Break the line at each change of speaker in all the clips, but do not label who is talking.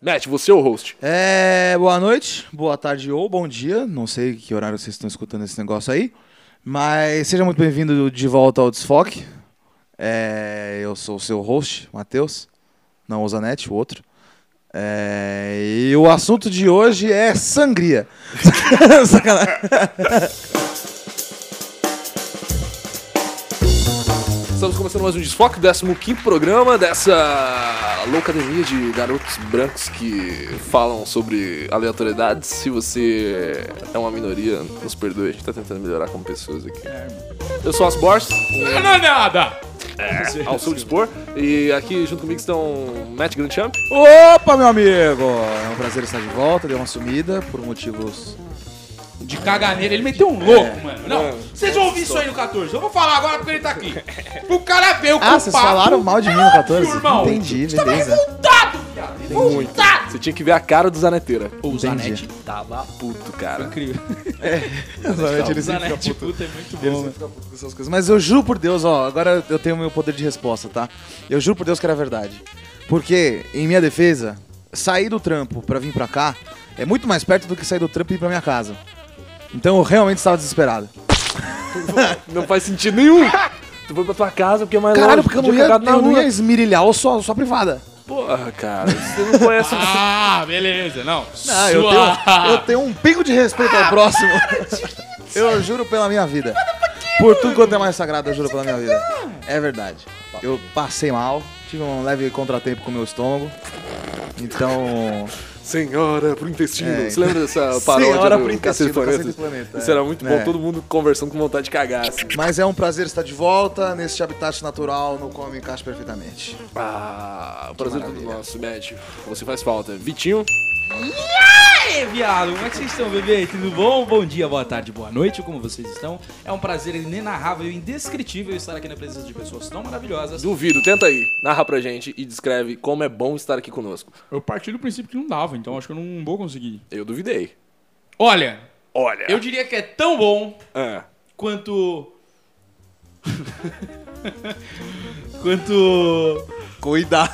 Matt, você é o host.
É, boa noite, boa tarde ou bom dia. Não sei que horário vocês estão escutando esse negócio aí. Mas seja muito bem-vindo de volta ao Desfoque. É, eu sou o seu host, Matheus. Não, o Zanetti, o outro. É, e o assunto de hoje é sangria. Sacanagem.
Estamos começando mais um Desfoque, 15 programa dessa louca academia de garotos brancos que falam sobre aleatoriedades. Se você é uma minoria, nos perdoe, a gente tá tentando melhorar como pessoas aqui. Eu sou as Borges,
Não é nada!
ao seu dispor, e aqui junto comigo estão Matt Grandchamp,
Opa, meu amigo! É um prazer estar de volta, deu uma sumida por motivos.
De cagar nele, ele meteu um louco, mano. Não, vocês vão ouvir isso aí no 14. Eu vou falar agora porque ele tá aqui. Pro cara ver o
Ah, vocês falaram mal de mim
Ah,
no 14?
irmão.
Entendi,
Tava
beleza.
revoltado, viado. Revoltado.
você tinha que ver a cara do Zaneteira.
O Zanetti
Entendi.
tava
Puto, cara.
incrível.
Exatamente,
O
ele sempre fica
Zanetti,
puto.
puta, é muito
Eles
bom.
não
né?
ficam putos com essas coisas. Mas eu juro por Deus, ó, agora eu tenho meu poder de resposta, tá? Eu juro por Deus que era verdade. Porque, em minha defesa, sair do trampo pra vir pra cá é muito mais perto do que sair do trampo e ir pra minha casa. Então eu realmente estava desesperado.
Não faz sentido nenhum. Tu foi pra tua casa porque é mais
Caralho,
longe.
porque eu não
podia
ia,
cagar na
eu não
rua.
ia esmirilhar ou só, só privada.
Porra, cara, você não conhece o
Ah, beleza, não.
Ah, eu tenho, eu tenho um pingo de respeito ao próximo. eu juro pela minha vida. Por tudo quanto é mais sagrado, eu juro pela minha vida. É verdade. Eu passei mal, tive um leve contratempo com o meu estômago. Então.
Senhora pro intestino.
É,
Você lembra dessa paródia
Senhora
do
pro
Cacete
Intestino,
do Planeta?
Cacete do Planeta,
Isso
é.
era muito
É.
bom, todo mundo conversando com vontade de cagar, assim.
Mas é um prazer estar de volta nesse habitat natural no qual eu me encaixo perfeitamente.
Ah, o prazer é todo nosso, médio. Você faz falta. Vitinho,
Ei, viado, como é que vocês estão, bebê? Tudo bom? Bom dia, boa tarde, boa noite, como vocês estão? É um prazer inenarrável e indescritível estar aqui na presença de pessoas tão maravilhosas.
duvido, tenta aí. Narra pra gente e descreve como é bom estar aqui conosco.
Eu parti do princípio que não dava, então acho que eu não vou conseguir.
Eu duvidei.
Olha,
Olha.
eu diria que é tão bom
Ah,
quanto. quanto.
Cuidado!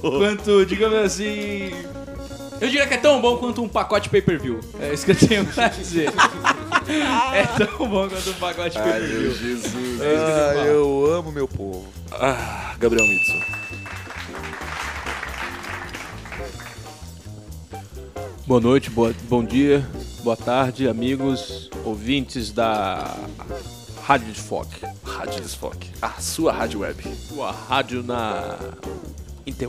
Quanto, digamos assim. Eu diria que é tão bom quanto um pacote pay-per-view. É isso que eu tenho pra dizer. é tão bom quanto um pacote
Ai,
pay-per-view.
meu Jesus.
É. eu amo meu povo.
Ah, Gabriel Mitsu.
Boa noite, boa- bom dia, boa tarde, amigos, ouvintes da Rádio Desfoque.
Rádio Desfoque. A sua rádio web.
Sua rádio na inter-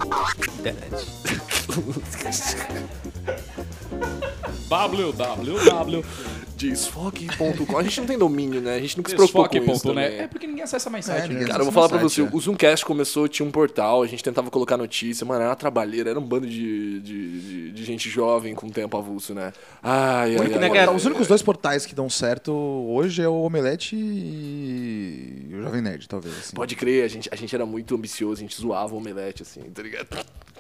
internet.
www.
Desfoque.com. A gente não tem domínio, né? A gente nunca se preocupa com isso
Desfoque.net.
né?
também.
É porque ninguém acessa mais
É,
site, né?
ninguém-
Cara, eu vou falar pra você,
é.
o Zoomcast começou, tinha um portal, a gente tentava colocar notícia, mano, era uma trabalheira, era um bando de, de, de- de gente jovem com tempo avulso, né? Ai, um ai,
é
ai, ai, ai.
É, Os únicos dois portais que dão certo hoje é o Omelete e o Jovem Nerd, talvez. Assim.
Pode crer, a gente, a gente era muito ambicioso, a gente zoava o omelete, assim, tá ligado?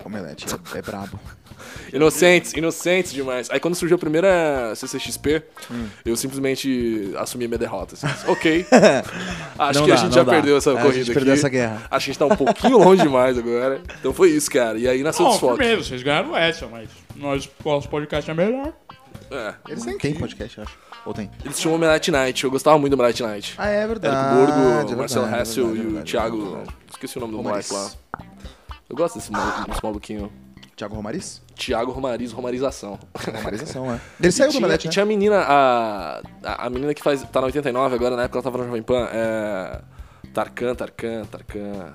Omelete é, é brabo.
Inocentes, inocentes demais. Aí quando surgiu a primeira CCXP, eu simplesmente assumi minha derrota. assim, ok. Acho
Não
que a
dá,
gente
não
já
dá.
perdeu essa
A
corrida
gente perdeu
aqui.
essa guerra.
Acho que a gente tá um pouquinho longe demais agora. Então foi isso, cara. E aí nasceu
Bom,
desfoque.
primeiro, vocês ganharam essa, mas nós, nosso podcast é melhor.
É.
Eles nem têm podcast, eu acho. Ou tem?
Eles tinham Omelete Night, eu gostava muito do Omelete Night.
Ah, é
Érico
verdade.
Gordo, o
é
Marcelo
verdade,
Hessel e
é verdade, é
o
verdade,
Thiago.
é verdade.
Esqueci o nome do
Romariz.
moleque lá. Eu gosto desse maluco, desse maluquinho.
Thiago Romariz?
Tiago Romariz, Romarização.
Romarização, é. Ele saiu do
tinha,
Omelete,
e
né?
tinha a menina, a, a, a menina que faz, tá na 89 agora, na época ela tava na Jovem Pan. É, Tarkan, Tarkan, Tarkan.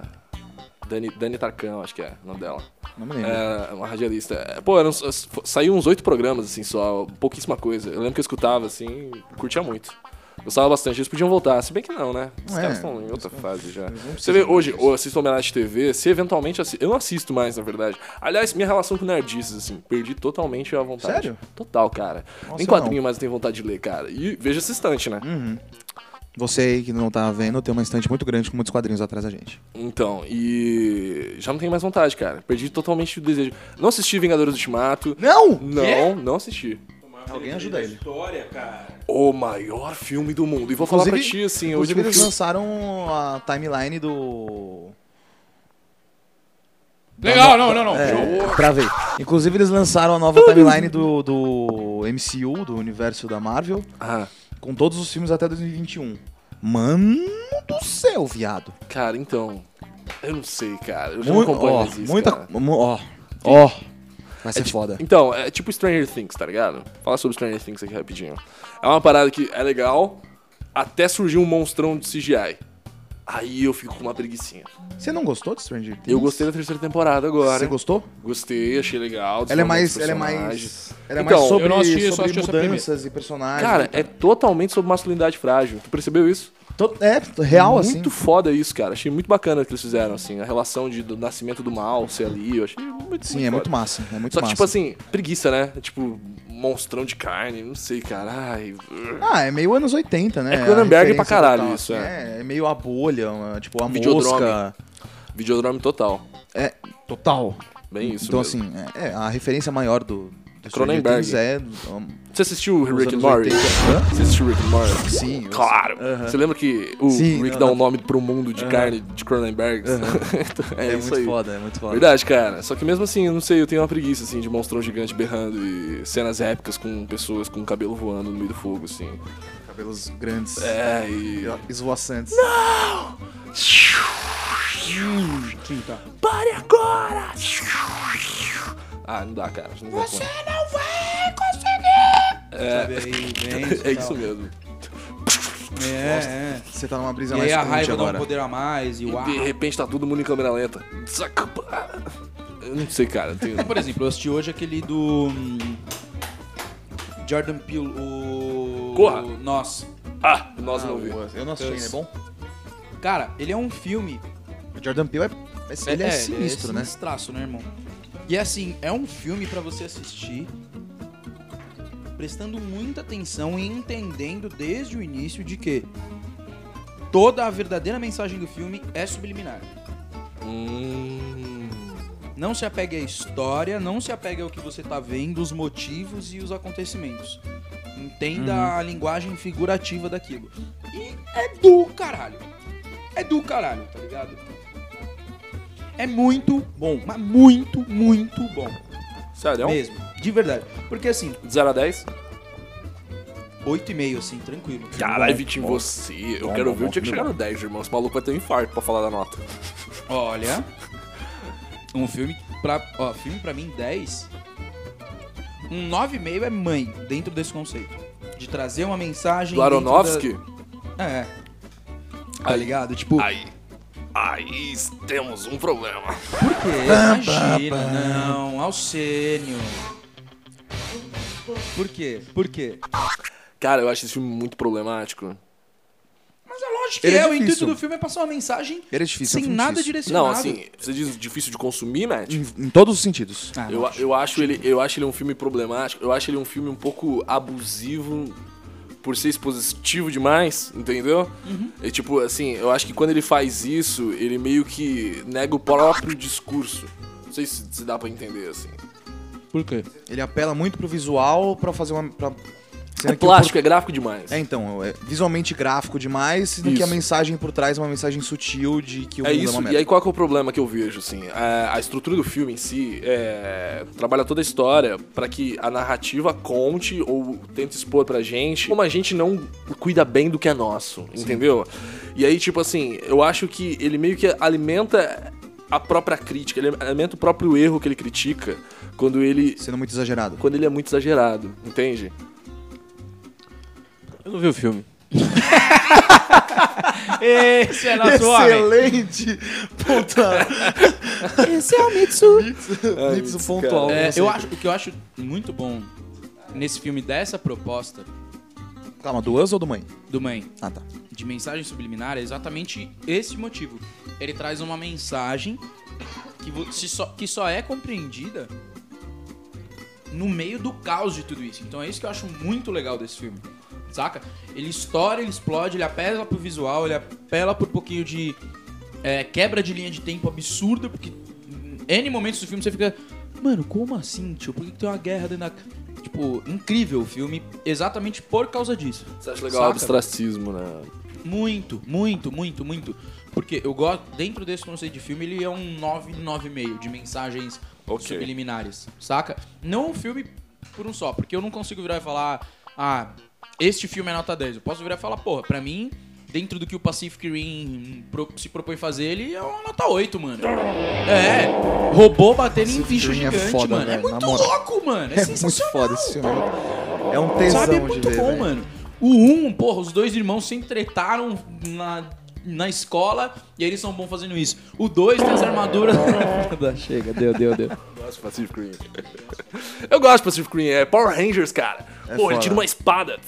Dani, Dani Tarkan, acho que é o nome dela.
né? Não me lembro.
É, uma radialista. É, Pô, eram, s- f- saiu uns oito programas, assim, só, pouquíssima coisa. Eu lembro que eu escutava, assim, curtia muito. Gostava bastante, eles podiam voltar, se bem que não, né? Os
É,
caras estão em outra fase já. Você vê, hoje, eu assisto Homenagem TV, se eventualmente. assi- Eu não assisto mais, na verdade. Aliás, minha relação com nerdices, assim, perdi totalmente a vontade.
Sério?
Total, cara. Nem
eu
quadrinho mais eu tenho vontade de ler, cara. E veja essa estante, né?
Hum. Você aí que não tá vendo, tem uma estante muito grande com muitos quadrinhos atrás da gente.
Então, e. Já não tenho mais vontade, cara. Perdi totalmente o desejo. Não assisti Vingadores Ultimato.
Não!
Não, não assisti.
Alguém ajuda ele.
História, cara.
O maior filme do mundo. E vou falar pra ti, assim, hoje
inclusive
eu
eles lançaram a timeline do...
Legal, não, não, não. Show.
É, travei. Inclusive, eles lançaram a nova timeline do, do MCU, do universo da Marvel,
Ah,
com todos os filmes até 2021. Mano do céu, viado.
cara, então. Eu não sei, cara. Eu já
Mui-
não acompanho
ó,
mais isso.
muita.
cara.
mu- Ó, ó. Vai ser foda.
Então, é tipo Stranger Things, tá ligado? Fala sobre Stranger Things aqui rapidinho. É uma parada que é legal, até surgir um monstrão de CGI. Aí eu fico com uma preguiçinha.
Você não gostou de Stranger Things?
Eu gostei da terceira temporada
Você
agora.
gostou?
Gostei, achei legal.
Ela é
desenvolvimento
mais.
dos
Ela é
personagens.
mais. Ela é
Então,
mais sobre,
eu não assisti, eu só
sobre
assisti essa
mudanças e personagens.
Cara, é totalmente sobre masculinidade frágil. Tu percebeu isso?
To- é real,
muito
assim.
foda isso, cara. Achei muito bacana o que eles fizeram, assim. A relação de, do nascimento do mal ser ali. Eu achei muito
Sim, é
foda.
muito massa. É muito
Só que,
massa.
tipo assim, preguiça, né? Tipo, monstrão de carne, não sei, cara. Ai,
Ah, é meio anos 80, né?
É Cronenberg
A referência
pra caralho
total,
isso,
assim,
é.
É, é meio a bolha, uma- tipo, a
Videodrome.
mosca.
videodrome total.
É, total.
Bem isso
Então,
mesmo.
assim, é, é, a referência maior do... do Stranger
Cronenberg.
Things É, um,
Você assistiu
dos
Rick and
anos
Morty?
80. Hã?
Você assistiu Rick and Morty?
Sim, eu-
Claro! Você lembra que o
Sim,
Rick
não,
dá
não.
um nome pro mundo de carne de Cronenberg? é,
é,
isso
muito
aí.
foda, é muito foda.
Verdade, cara. Só que mesmo assim, eu não sei, eu tenho uma preguiça, assim, de monstrão gigante berrando e cenas épicas com pessoas com cabelo voando no meio do fogo, assim.
Cabelos grandes,
É, e...
esvoaçantes.
Sim, tá.
Pare agora! Ah, não dá, cara. Não dá conta.
Sabe, aí Tá vem,
É
tal.
isso mesmo.
É, é.
Você tá numa brisa
E
mais
aí a
cult
raiva dá um
agora.
poder a mais e o ar.
De repente tá todo mundo em câmera lenta. Desacampa- Eu não sei, cara. eu tenho-
Por exemplo, eu assisti hoje aquele do. hum, Jordan Peele, o.
Corra.
o Nós.
Ah, nós não vimos.
eu não assisti,
Eu-
né? É bom?
Cara, ele é um filme.
O Jordan Peele é, é- ele é, sinistro, né?
Sinistraço, né, irmão? E assim, é um filme pra você assistir prestando muita atenção e entendendo desde o início de que toda a verdadeira mensagem do filme é subliminar.
Hum.
Não se apegue à história, não se apegue ao que você tá vendo, os motivos e os acontecimentos. Entenda a linguagem figurativa daquilo. E é do caralho. É do caralho, tá ligado? É muito bom, mas muito, muito bom.
Sério? é
Mesmo, de verdade. Porque assim,
um? De 0 a 10?
8,5 assim, tranquilo.
Caralho, Vitinho, você. Eu quero
bom,
ver o dia
bom,
que chegar no 10, irmão. Esse maluco vai ter um infarto pra falar da nota.
Olha. Um filme pra. Ó, filme pra mim 10. Um 9,5 é mãe, dentro desse conceito. De trazer uma mensagem.
Do Aronofsky?
dentro da- É. Tá ligado? Tipo,
Aí. Aí temos um problema.
por quê? Imagina, não, Alcênio. Por quê? Por quê?
Cara, eu acho esse filme muito problemático.
Mas é lógico que
Ele é
é, o
difícil.
intuito do filme é passar uma mensagem
Ele é difícil, é um
sem
filme
nada
difícil.
direcionado.
Não, assim, você diz difícil de consumir, Matt?
Em, em todos os sentidos.
Ah,
Eu, eu, acho ele, eu acho ele um filme problemático, eu acho ele um filme um pouco abusivo por ser expositivo demais, entendeu? E tipo, assim, eu acho que quando ele faz isso, ele meio que nega o próprio discurso. Não sei se, se dá pra entender, assim.
Por quê?
Ele apela muito pro visual pra fazer uma... Pra...
É
sendo que o
plástico, é gráfico demais.
É, então, é visualmente gráfico demais, sendo que
Isso.
a mensagem por trás é uma mensagem sutil de que o
É
mundo é
isso,
uma
e
merda.
aí qual que é o problema que eu vejo, assim? A, a estrutura do filme em si é, trabalha toda a história pra que a narrativa conte ou tente expor pra gente como a gente não cuida bem do que é nosso, entendeu? E aí, tipo assim, eu acho que ele meio que alimenta a própria crítica, ele alimenta o próprio erro que ele critica quando ele,
Sendo muito exagerado.
quando ele é muito exagerado, entende?
Eu não vi o filme.
Esse é nosso homem.
Excelente! Ponta!
Esse é o Mitsu.
Mitsu pontual.
É,
não sei.
eu acho, o que eu acho muito bom nesse filme dessa proposta
Calma, do Us ou do Mãe?
do Mãe
Ah, tá.
de mensagem subliminar é exatamente esse motivo. Ele traz uma mensagem que, vo- se só, que só é compreendida no meio do caos de tudo isso. Então é isso que eu acho muito legal desse filme. Saca? Ele estoura, ele explode, ele apela pro visual, ele apela por um pouquinho de é, quebra de linha de tempo absurda, porque em N momentos do filme você fica. Mano, como assim, tio? Por que, que tem uma guerra dentro da. Tipo, incrível o filme, exatamente por causa disso.
Você acha legal o
Saca?
abstratismo, né?
Muito, muito, muito, muito. Porque eu gosto, dentro desse conceito de filme, ele é um 9, 9,5 de mensagens
Ok.
subliminares, saca? Não um filme por um só, porque eu não consigo virar e falar, ah, este filme é nota 10. Eu posso virar e falar, porra, pra mim, dentro do que o Pacific Rim pro- se propõe fazer, ele é uma nota 8, mano. É, robô batendo em
Pacific
bicho
Rim é
gigante,
foda,
mano. É
velho, na
muito
moral.
louco, mano. É,
É muito
sensacional.
foda esse filme. É um tesão
Sabe, é
de
muito
ver.
bom,
velho.
mano. O 1, um, porra, os dois irmãos se entretaram na, na escola e aí eles são bons fazendo isso. O 2 tem as armaduras. Chega, deu, deu, deu.
Eu gosto de Pacific Rim. Eu gosto de Pacific Rim. É Power Rangers, cara. Pô, ele
É foda.
tira uma espada.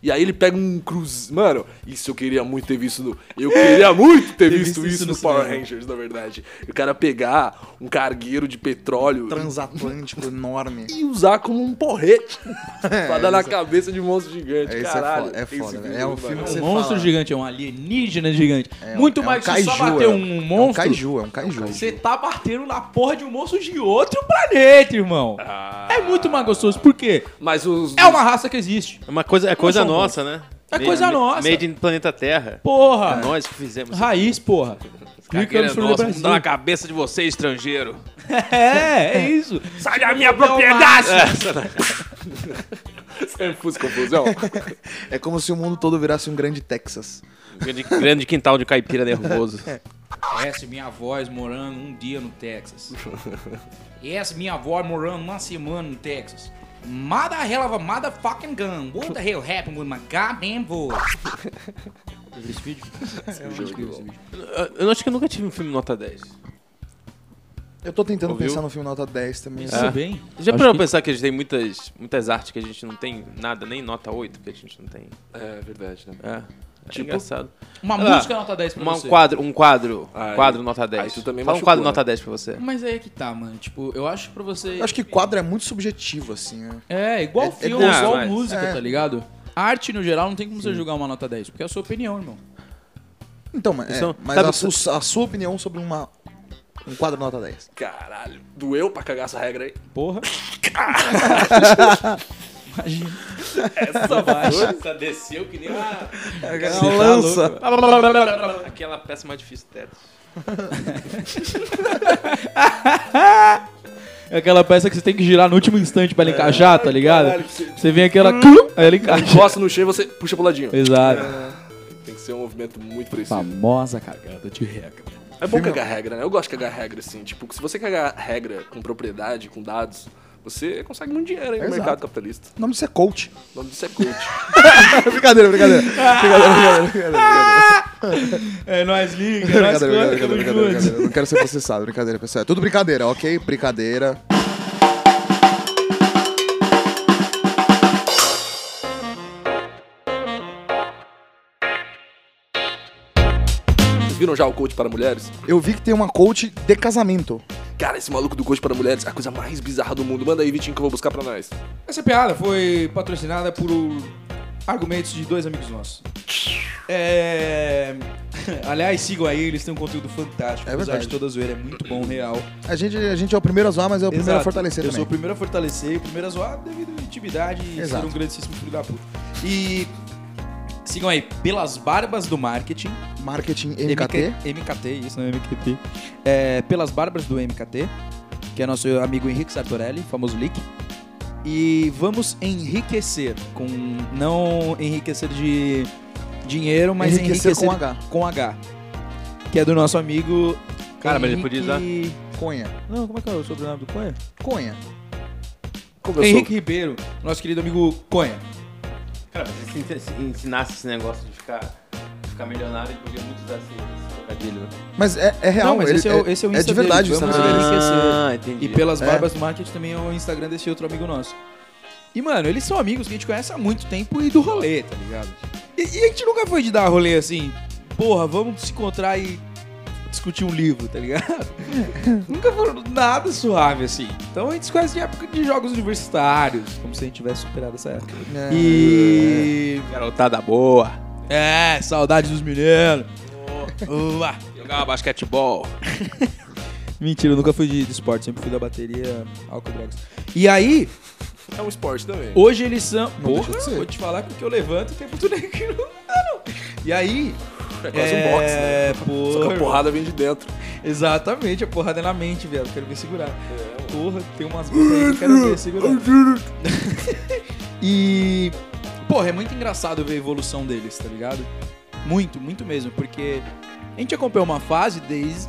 E aí ele pega um cruz... Mano, isso eu queria muito ter visto no... Eu queria muito ter visto,
visto
isso
isso
no,
no
Power
cinema.
Rangers, na verdade. O cara pegar um cargueiro de petróleo
Transatlântico enorme.
e usar como um porrete pra dar na cabeça de um monstro gigante.
É, Esse é
Caralho.
foda- é
esse
foda,
vídeo
né? É um
muito
filme
bacana.
Um
que Você
monstro
fala-
gigante, é um alienígena gigante. Muito
é um
mais que
kaiju,
só bater
é
um
é
monstro.
kaiju, é um kaiju.
Você tá batendo na porra de um monstro de outro planeta, irmão.
Ah.
É muito mais gostoso. Por quê?
Mas os...
É uma raça que existe.
É uma coisa, é coisa
são
nossa, né?
É
Made-
coisa
ma-
nossa.
Made in planeta Terra.
Porra.
Nós que
É.
fizemos. isso.
Raiz, porra. Clica
Cagueira
no
é
Fruto do
nossa, vamos dar
Brasil.
na cabeça de você, estrangeiro.
É, é isso.
Sai da minha
propriedade!
É
Sempre fuz confusão.
É como se o mundo todo virasse um grande Texas.
Grande, grande quintal de caipira nervoso.
Essa é minha avó morando um dia no Texas. Essa é minha avó morando uma semana no Texas. Mother hell of a motherfucking gun. What the hell happened with my goddamn voice? Esse vídeo?
é
Eu, eu acho que eu nunca tive um filme nota 10.
Eu tô tentando
Ouviu?
pensar no filme nota 10 também.
Ah.
é bem?
Já
Acho
parou
que-
pra pensar que a gente tem muitas, muitas artes que a gente não tem nada, nem nota 8 que a gente não tem.
é verdade, né?
É, é
Tipo?
engraçado.
Ah, Uma
Olha lá,
música nota 10 pra
Uma- um
você.
quadro, um quadro,
Aí-
um quadro nota 10.
aí tu também
Fala um
machucou,
quadro
né?
nota 10 pra você.
Mas aí é que tá, mano. Tipo, eu acho que pra você...
Eu acho que quadro é muito subjetivo, assim. né?
É, igual
É- é
filme,
gostoso,
igual
mas-
música,
é.
tá ligado? Arte, no geral, não tem como você julgar uma nota 10. Porque é a sua opinião, irmão.
Então, mas, é,
um-
Então,
mas
sabe-
a, su- a sua opinião sobre uma, um quadro nota 10.
Caralho. Doeu pra cagar essa regra aí?
Porra. Imagina.
Essa vai.
Essa desceu que nem uma...
É
tá
lança.
aquela peça mais difícil do Tetris.
É aquela peça que você tem que girar no último instante pra ela encaixar, tá ligado?
caralho, que você-
Você vem aquela. aí ela encaixa.
Encosta no chão e você puxa pro ladinho.
Exato.
Tem que ser um movimento muito preciso.
Famosa cagada de regra.
É bom cagar regra, né? Eu gosto de cagar regra, assim. Tipo, se você cagar regra com propriedade, com dados, você consegue muito dinheiro aí no
Exato.
mercado capitalista.
O nome disso é coach.
O nome disso é coach.
brincadeira, brincadeira. Brincadeira, brincadeira, brincadeira.
É, nós liga,
Brincadeira, brincadeira,
nós conta, tamo
brincadeira,
junto.
brincadeira. Não quero ser processado, brincadeira, pessoal. É tudo brincadeira, ok? Brincadeira.
Vocês viram já o coach para mulheres?
Eu vi que tem uma coach de casamento.
Cara, esse maluco do coach para mulheres é a coisa mais bizarra do mundo. Manda aí, Vitinho, que eu vou buscar pra nós.
Essa piada foi patrocinada por um argumentos de dois amigos nossos. É. Aliás, sigam aí, eles têm um conteúdo fantástico.
É
apesar
verdade.
de toda zoeira, é muito bom, real.
A gente, a gente é o primeiro a zoar, mas é o primeiro a
Exato.
fortalecer
Eu sou
também.
o primeiro a fortalecer, o primeiro a zoar devido à intimidade e
Exato.
ser um grandíssimo filho da puta. E sigam aí, Pelas Barbas do Marketing.
Marketing MKT.
MKT, isso, não é MKT. É, Pelas Barbas do MKT, que é nosso amigo Henrique Sartorelli, famoso Lick. E vamos enriquecer, com não enriquecer de dinheiro, mas enriquecer,
Enriquecer com H.
com H. Que é do nosso amigo...
Cara, mas ele podia usar-
Henrique-
Conha.
Não, como é que é o sobrenome do Cunha?
Conha.
Como eu
Henrique Ribeiro, nosso querido amigo Conha.
Cara, mas se ensi- se ensinasse esse negócio de ficar, de ficar milionário, ele podia muito usar esse, esse trocadilho, né?
Mas é, é real,
Não, mas
ele-
esse é o- esse é o Insta
de verdade o
dele,
Instagram
vamos
dele.
lá.
Ah, entendi.
E pelas
É.
barbas do marketing também é o Instagram desse outro amigo nosso. E, mano, eles são amigos que a gente conhece há muito tempo e do rolê, tá ligado? E, e a gente nunca foi de dar rolê assim, porra, vamos se encontrar e discutir um livro, tá ligado? nunca foram nada suave assim. Então a gente se conhece de época de jogos universitários, como se a gente tivesse superado essa época.
É.
E.
É.
Garotada boa.
É, saudade dos meninos. Uá.
Jogava basquetebol.
Mentira, eu nunca fui de, de esporte, sempre fui da bateria, álcool, drogas. E aí,
sou. É um esporte também.
Hoje eles são.
Não
Porra,
deixa de ser.
é vou te falar que o que eu levanto tem muito negro. não dá, não. E aí,
É quase um boxe, né?
É,
Só que
porra.
a porrada vem de dentro.
Exatamente, a porrada é na mente, velho. Quero ver segurar. Porra, tem umas coisas aí que eu quero ver segurar.
E. Porra, é muito engraçado ver a evolução deles, tá ligado? Muito, muito mesmo, porque a gente acompanhou uma fase desde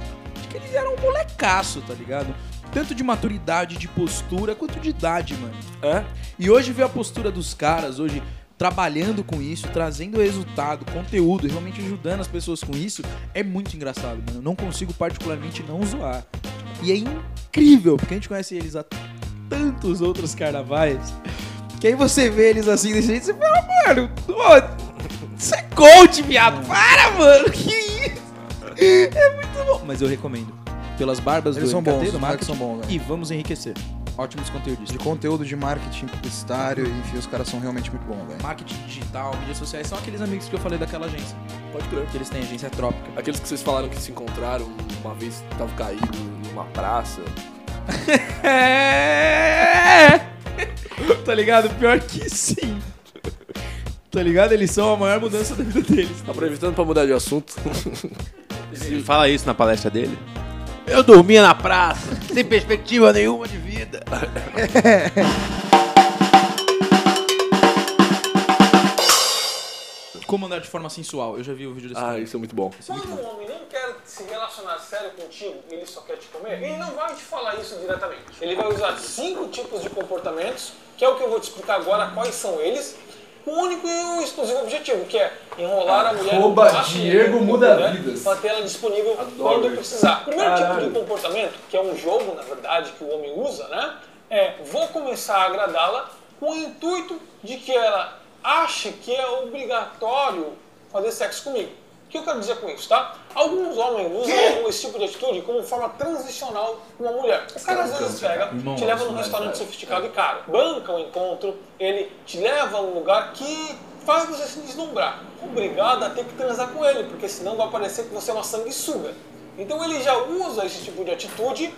que eles eram um molecaço, tá ligado? Tanto de maturidade, de postura, quanto de idade, mano.
É?
E hoje ver a postura dos caras, hoje trabalhando com isso, trazendo resultado, conteúdo, realmente ajudando as pessoas com isso, é muito engraçado, mano. Eu não consigo particularmente não zoar. E é incrível, porque a gente conhece eles há tantos outros carnavais, que aí você vê eles assim desse jeito, você fala, mano, ô, isso é coach, viado, para, mano, que isso? É muito bom. Mas eu recomendo. Pelas barbas
Eles
do
são
MKT,
bons,
do
os moleques
marketing,
são bons, velho.
e vamos enriquecer. Ótimos conteúdos.
De conteúdo, de marketing publicitário, enfim, os caras são realmente muito bons, velho.
marketing digital, mídias sociais, são aqueles amigos que eu falei daquela agência. Pode crer. Que eles têm agência trópica.
Aqueles que vocês falaram que se encontraram uma vez que tava caído numa praça.
É! tá ligado? Pior que sim. Tá ligado? Eles são a maior mudança da vida deles.
Tá Aproveitando pra mudar de assunto.
Ele fala isso na palestra dele. Eu dormia na praça, sem perspectiva nenhuma de vida.
Como andar de forma sensual. Eu já vi o vídeo desse.
ah,
cara.
isso é muito bom.
Quando um homem não quer se relacionar sério contigo e ele só quer te comer, ele não vai te falar isso diretamente. Ele vai usar cinco tipos de comportamentos, que é o que eu vou te explicar agora quais são eles, com o único e o exclusivo objetivo, que é enrolar a mulher no braço,
Diego muda vidas.
manter ela disponível quando precisar. O primeiro tipo de comportamento, que é um jogo, na verdade, que o homem usa, né? É, vou começar a agradá-la com o intuito de que ela ache que é obrigatório fazer sexo comigo. O que eu quero dizer com isso, tá? Alguns homens usam esse tipo de atitude como forma transicional com uma mulher. O cara às vezes pega, te leva num restaurante sofisticado e caro, banca o encontro, ele te leva a um lugar que faz você se deslumbrar. Obrigado a ter que transar com ele, porque senão vai parecer que você é uma sanguessuga. Então ele já usa esse tipo de atitude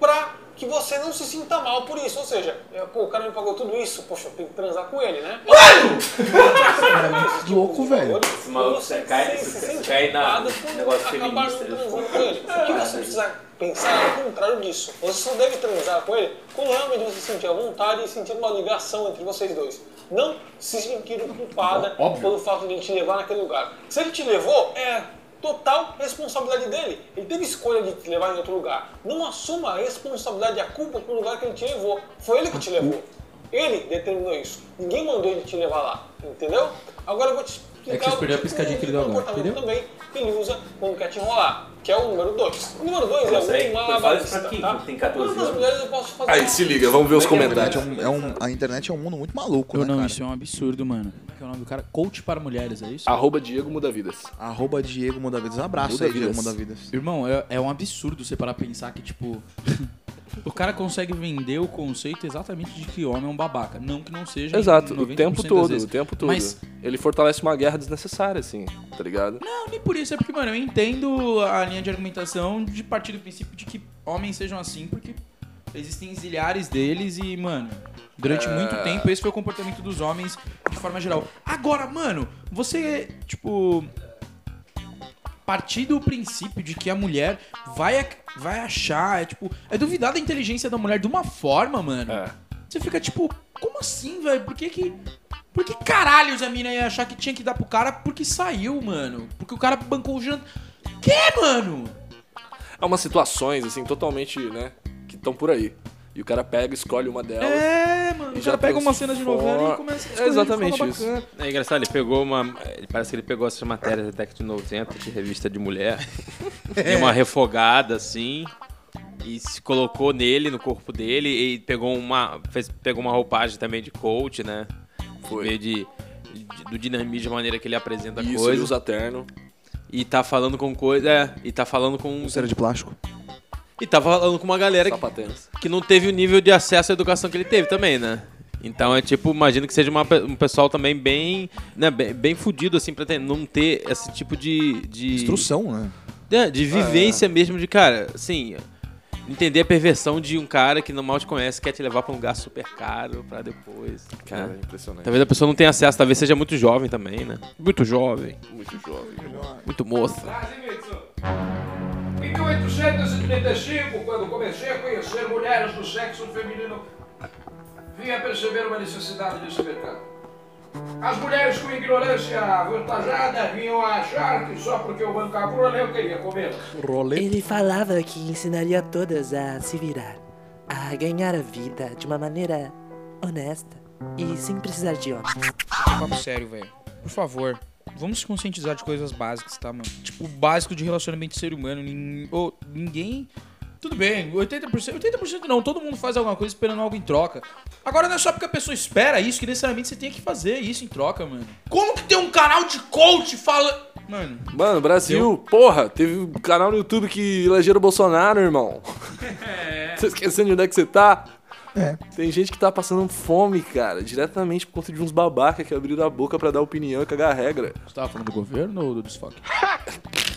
pra que você não se sinta mal por isso. Ou seja, é, pô, o cara me pagou tudo isso, poxa, eu tenho que transar com ele, né? Mano!
louco, velho.
Esse maluco, você cai, você cai na negócio feminista. Ah, O que você precisa pensar é o contrário disso. Você só deve transar com ele quando realmente você sentir a vontade e sentir uma ligação entre vocês dois. Não se sentir culpada pelo fato de ele te levar naquele lugar. Se ele te levou, é total responsabilidade dele. Ele teve escolha de te levar em outro lugar. Não assuma a responsabilidade e a culpa pelo lugar que ele te levou. Foi ele que te levou. Ele determinou isso. Ninguém mandou ele te levar lá, entendeu? Agora eu vou te explicar
É que vocês
o
perderam a
tipo
piscadinha que ele
de
deu agora,
comportamento
entendeu?
também que ele usa quando quer te enrolar, que é o número 2. O número 2 é o malabarista, tá? Tem 14 anos. mulheres eu posso fazer
Aí, se liga, vamos ver os
Internet é
comentários.
um- é um- a internet é um mundo muito maluco,
Eu
né,
não,
cara?
isso é um absurdo, mano. Como é que é o nome do cara? Coach para mulheres, é isso?
Arroba Diego muda vidas.
Arroba Diego Muda Vidas. Um abraço
Muda
aí, Diego
Vidas.
Muda Vidas.
Irmão, é, é um absurdo você parar pra pensar que, tipo. o cara consegue vender o conceito exatamente de que homem é um babaca. Não que não seja. em
Exato, o
90%
tempo
das
todo,
vezes.
o tempo todo.
Mas-
Ele fortalece uma guerra desnecessária, assim, tá ligado?
Não, nem por isso, é porque, mano, eu entendo a linha de argumentação de partir do princípio de que homens sejam assim, porque existem zilhares deles e, mano, durante muito tempo esse foi o comportamento dos homens de forma geral. Agora, mano, você, tipo. Partir do princípio de que a mulher vai, ac- vai achar, é tipo. É duvidar da inteligência da mulher de uma forma, mano.
É.
Você fica tipo, como assim, velho? Por que que. Por que caralhos a mina ia achar que tinha que dar pro cara porque saiu, mano? Porque o cara bancou o jantar. Que, mano?
Há É umas situações, assim, totalmente, né, que estão por aí. E o cara pega, escolhe uma delas.
É, mano.
E
O cara
já
pega uma cena
transforma-
de novela e começa a
É
escolher
exatamente
de forma
isso.
bacana.
É engraçado, ele pegou uma. ele- Parece que ele pegou essas matérias da década de 90 de revista de mulher. Deu uma refogada assim. E se colocou nele, no corpo dele, e pegou uma. Fez, pegou uma roupagem também de coach, né?
Foi.
Meio de, de- do dinamismo, a maneira que ele apresenta a
Isso, ele
coisa.
usa terno.
E tá falando com coisa. É, e tá falando com.
Pulseira de plástico.
E tá falando com uma galera que,
Sapatênis.
que não teve o nível de acesso à educação que ele teve também, né? Então é tipo, imagino que seja uma pe- um pessoal também bem, né, bem, bem fudido, assim, pra ter- não ter esse tipo de. de
Instrução, né?
É, de vivência mesmo, de cara, assim. entender a perversão de um cara que não mal te conhece, quer te levar pra um lugar super caro pra depois.
Cara,
né?
impressionante.
Talvez a pessoa não tenha acesso, talvez seja muito jovem também, né? Muito jovem,
Muito jovem.
muito moça.
Em 1835, quando comecei a conhecer mulheres do sexo feminino, vim a perceber uma necessidade desse mercado. As mulheres com ignorância avantajada vinham a achar que só porque eu bancava o rolê eu queria comê-las.
Ele falava que ensinaria todas a se virar, a ganhar a vida de uma maneira honesta e sem precisar de homem.
Papo sério, velho. Por favor, vamos se conscientizar de coisas básicas, tá, mano? Tipo, o básico de relacionamento de ser humano. nin- ô, ninguém. Tudo bem, 80%, 80% não, todo mundo faz alguma coisa esperando algo em troca. Agora não é só porque a pessoa espera isso que necessariamente você tem que fazer isso em troca, mano. Como que tem um canal de coach fala. Mano,
Mano, Brasil, porra, teve um canal no YouTube que elegeram o Bolsonaro, irmão. Você esquecendo de onde é que você tá? Tem gente que tá passando fome, cara, diretamente por conta de uns babaca que abriram a boca pra dar opinião e cagar regra.
Você tava falando do governo ou do desfoque?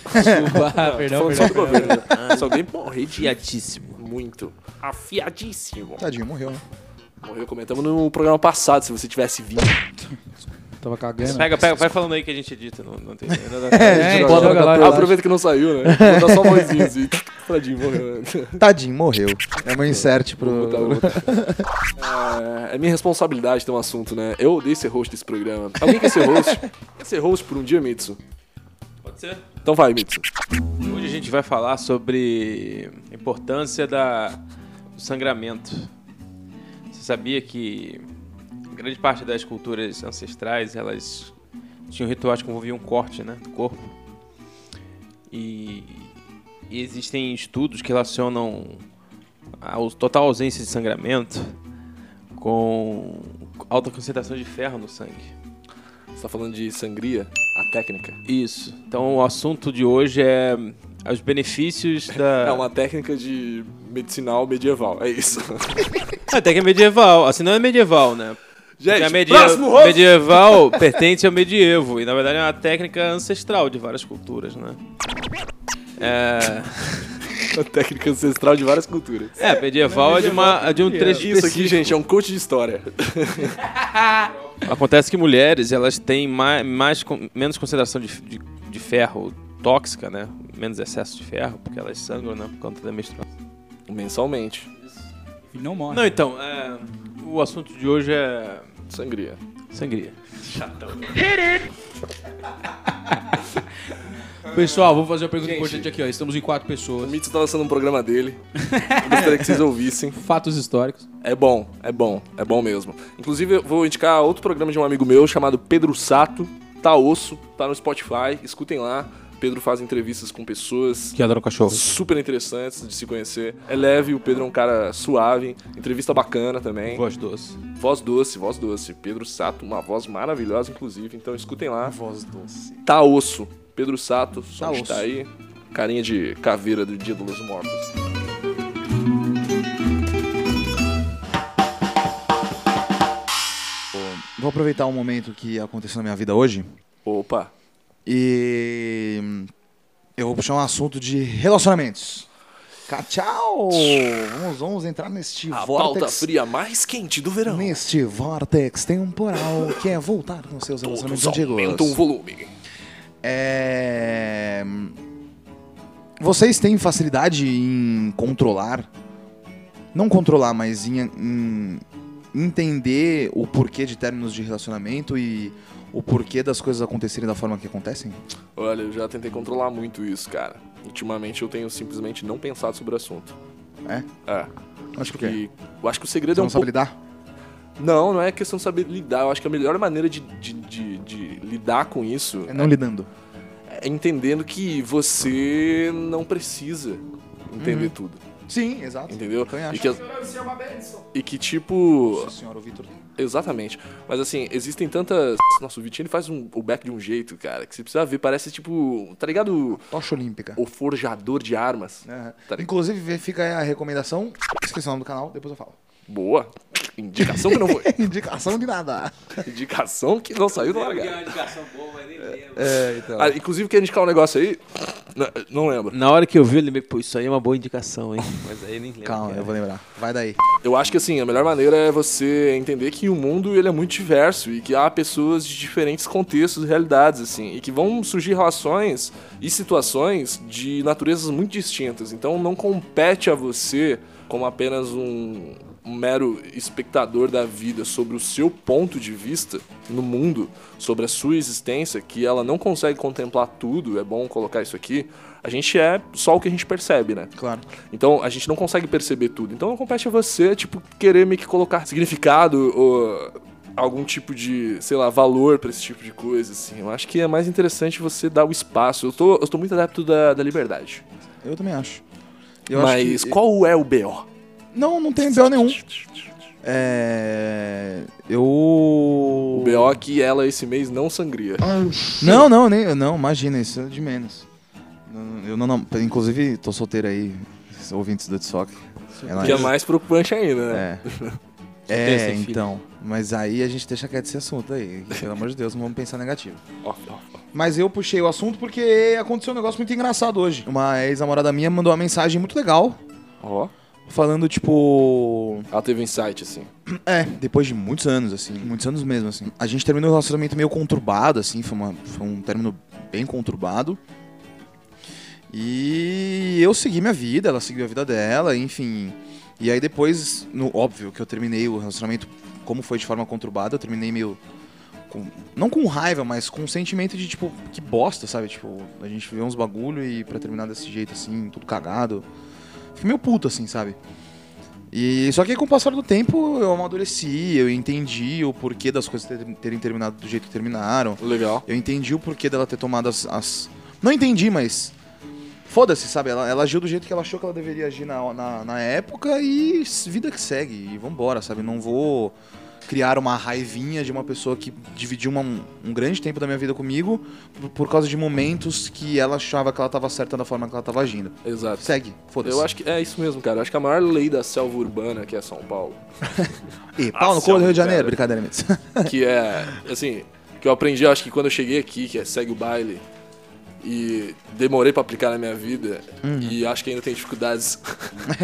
desculpa, perdão,
Falando só
perdão.
do governo. né? Se alguém morrer de
Fiadíssimo.
muito. Afiadíssimo.
Tadinho, morreu, né?
Morreu, comentamos no programa passado, se você tivesse vindo.
Tava
É, né?
cagando.
Pega, pega, vai falando aí que a gente edita, não, não tem nada a ver.
É,
Joga-
joga lá,
Aproveita que não saiu, né? Vou dar só uma mãozinha assim. Tadinho, morreu. né?
Tadinho, morreu. É meu insert
Vou
pro.
botar outra. É, é minha responsabilidade ter um assunto, né? Eu odeio ser host desse programa. Alguém quer ser host? quer ser host por um dia, Mitsu?
Pode ser.
Então vai, Mitsu.
Hoje a gente vai falar sobre a importância da, do sangramento. Você sabia que grande parte das culturas ancestrais elas tinham rituais que envolviam um corte né, do corpo? E, e existem estudos que relacionam a aus- total ausência de sangramento com alta concentração de ferro no sangue.
Você tá falando de sangria? A técnica?
Isso. Então o assunto de hoje é os benefícios da.
É uma técnica de medicinal medieval, é isso.
Até que é medieval, assim não é medieval, né? Porque
Gente,
a media-
próximo host!
medieval pertence ao medievo e na verdade é uma técnica ancestral de várias culturas, né? É,
Uma técnica ancestral de várias culturas.
é, medieval é de, uma, é de um trecho
Isso aqui,
específico.
gente, é um coach de história.
Acontece que mulheres elas têm mais, mais con- menos concentração de, de, de ferro tóxica, né? Menos excesso de ferro, porque elas sangram, né? Por conta da menstruação.
Mensalmente.
E não morre.
Não, então, é, o assunto de hoje é
Sangria.
sangria.
Pessoal, vou fazer uma pergunta importante aqui, ó. Estamos em quatro
O
pessoas.
Mitsu tá lançando um programa dele. Eu gostaria que vocês ouvissem.
Fatos históricos.
É bom, é bom, é bom mesmo. Inclusive, eu vou indicar outro programa de um amigo meu chamado Pedro Sato. Tá osso, tá no Spotify, escutem lá. Pedro faz entrevistas com pessoas
Que adoram cachorro.
super interessantes de se conhecer. É leve, o Pedro é um cara suave, entrevista bacana também.
Voz doce.
Voz doce, voz doce. Pedro Sato, uma voz maravilhosa, inclusive. Então escutem lá. Voz doce. Tá osso. Pedro Sato, só
Tá
que
osso.
tá aí. Carinha de caveira do Dia dos Mortos.
Vou aproveitar um momento que aconteceu na minha vida hoje
Opa.
e. hum, Eu vou puxar um assunto de relacionamentos. Ca- Tchau! Vamos, vamos entrar neste
A pauta
vortex.
fria mais quente do verão.
Neste vortex temporal que é voltar com seus relacionamentos
Todos
antigos.
aumentam o volume.
É... Vocês têm facilidade em controlar? Não controlar, mas em, em entender o porquê de términos de relacionamento e o porquê das coisas acontecerem da forma que acontecem?
Olha, eu já tentei controlar muito isso, cara. Ultimamente eu tenho simplesmente não pensado sobre o assunto.
É?
É.
Acho que
E eu acho que o segredo
Você
é um
não
pouco...
sabe lidar?
Não, não é questão de saber lidar. Eu acho que a melhor maneira de, de- de- de lidar com isso
É não lidando.
é entendendo que você não precisa entender tudo,
Sim, exato.
entendeu?
Uhum. Também acho.
E que, as- e que, tipo...
Nossa senhora, o Vitor.
Exatamente. Mas assim, existem tantas... Nossa, o Vitinho ele faz um- o back de um jeito, cara, que você precisa ver. Parece tipo... Tá ligado?
Tocha Olímpica. Né?
O forjador de armas.
Aham.
Tá ligado?
Inclusive, fica aí a recomendação. Inscrição do canal, depois eu falo.
Boa. Indicação que não foi.
Indicação de nada.
Indicação que não saiu do
É
largado.
uma indicação boa, mas nem lembro.
É, então.
Ah, inclusive, quer indicar um negócio aí? N- Não lembro.
Na hora que eu vi, eu lembrei, pô, isso aí é uma boa indicação, hein? Mas aí eu nem lembro.
Calma,
cara.
eu vou lembrar. Vai daí.
Eu acho que assim, a melhor maneira é você entender que o mundo ele é muito diverso e que há pessoas de diferentes contextos e realidades, assim, e que vão surgir relações e situações de naturezas muito distintas. Então não compete a você, como apenas um, um mero espectador da vida, sobre o seu ponto de vista no mundo, sobre a sua existência, que ela não consegue contemplar tudo, é bom colocar isso aqui. A gente é só o que a gente percebe, né?
Claro.
Então a gente não consegue perceber tudo. Então não compete a você, tipo, querer meio que colocar significado ou algum tipo de, sei lá, valor pra esse tipo de coisa, assim. Eu acho que é mais interessante você dar o espaço. Eu tô, eu tô muito adepto da, da liberdade.
Eu também acho. Eu
Mas
acho que-
qual é o B.O.?
Não, não tem BO nenhum. É. Eu.
O B.O. que ela esse mês não sangria.
Ah, Não, não, nem, não, imagina, isso é de menos. Não, Eu não, não, inclusive, tô solteiro aí, ouvintes do Tsoc. É nóis.
que é mais preocupante ainda, né?
É. É,
esse filho.
então. Mas aí a gente deixa quieto esse assunto aí. que, Pelo amor de Deus, não vamos pensar negativo.
Ó, ó, ó.
Mas eu puxei o assunto porque aconteceu um negócio muito engraçado hoje. Uma ex-namorada minha mandou uma mensagem muito legal,
Ó.
falando, tipo.
Ela teve um insight, assim.
É, depois de muitos anos, assim. Muitos anos mesmo, assim. A gente terminou um relacionamento meio conturbado, assim. Foi, uma- foi um término bem conturbado. E eu segui minha vida, ela seguiu a vida dela, enfim. E aí depois, no, óbvio que eu terminei o relacionamento, como foi de forma conturbada, eu terminei meio. com- não com raiva, mas com um sentimento de tipo, que bosta, sabe? Tipo, a gente viveu uns bagulho e pra terminar desse jeito assim, tudo cagado. Fiquei meio puto assim, sabe? E só que com o passar do tempo eu amadureci, eu entendi o porquê das coisas ter- terem terminado do jeito que terminaram.
Legal.
Eu entendi o porquê dela ter tomado as. as- Não entendi, mas. Foda-se, sabe? Ela, ela agiu do jeito que ela achou que ela deveria agir na, na, na época e s- vida que segue. E vambora, sabe? Não vou criar uma raivinha de uma pessoa que dividiu uma- um grande tempo da minha vida comigo por, por causa de momentos que ela achava que ela tava certa da forma que ela tava agindo.
Exato.
Segue, foda-se.
Eu acho que é isso mesmo, cara. Eu acho que a maior lei da selva urbana que é São Paulo
E pau no
Ah,
colo do Rio de
céu,
Janeiro,
cara.
brincadeira mesmo.
que é, assim, que eu aprendi, acho que quando eu cheguei aqui, que é segue o baile, e demorei pra aplicar na minha vida,
Uhum.
e acho que ainda tem dificuldades.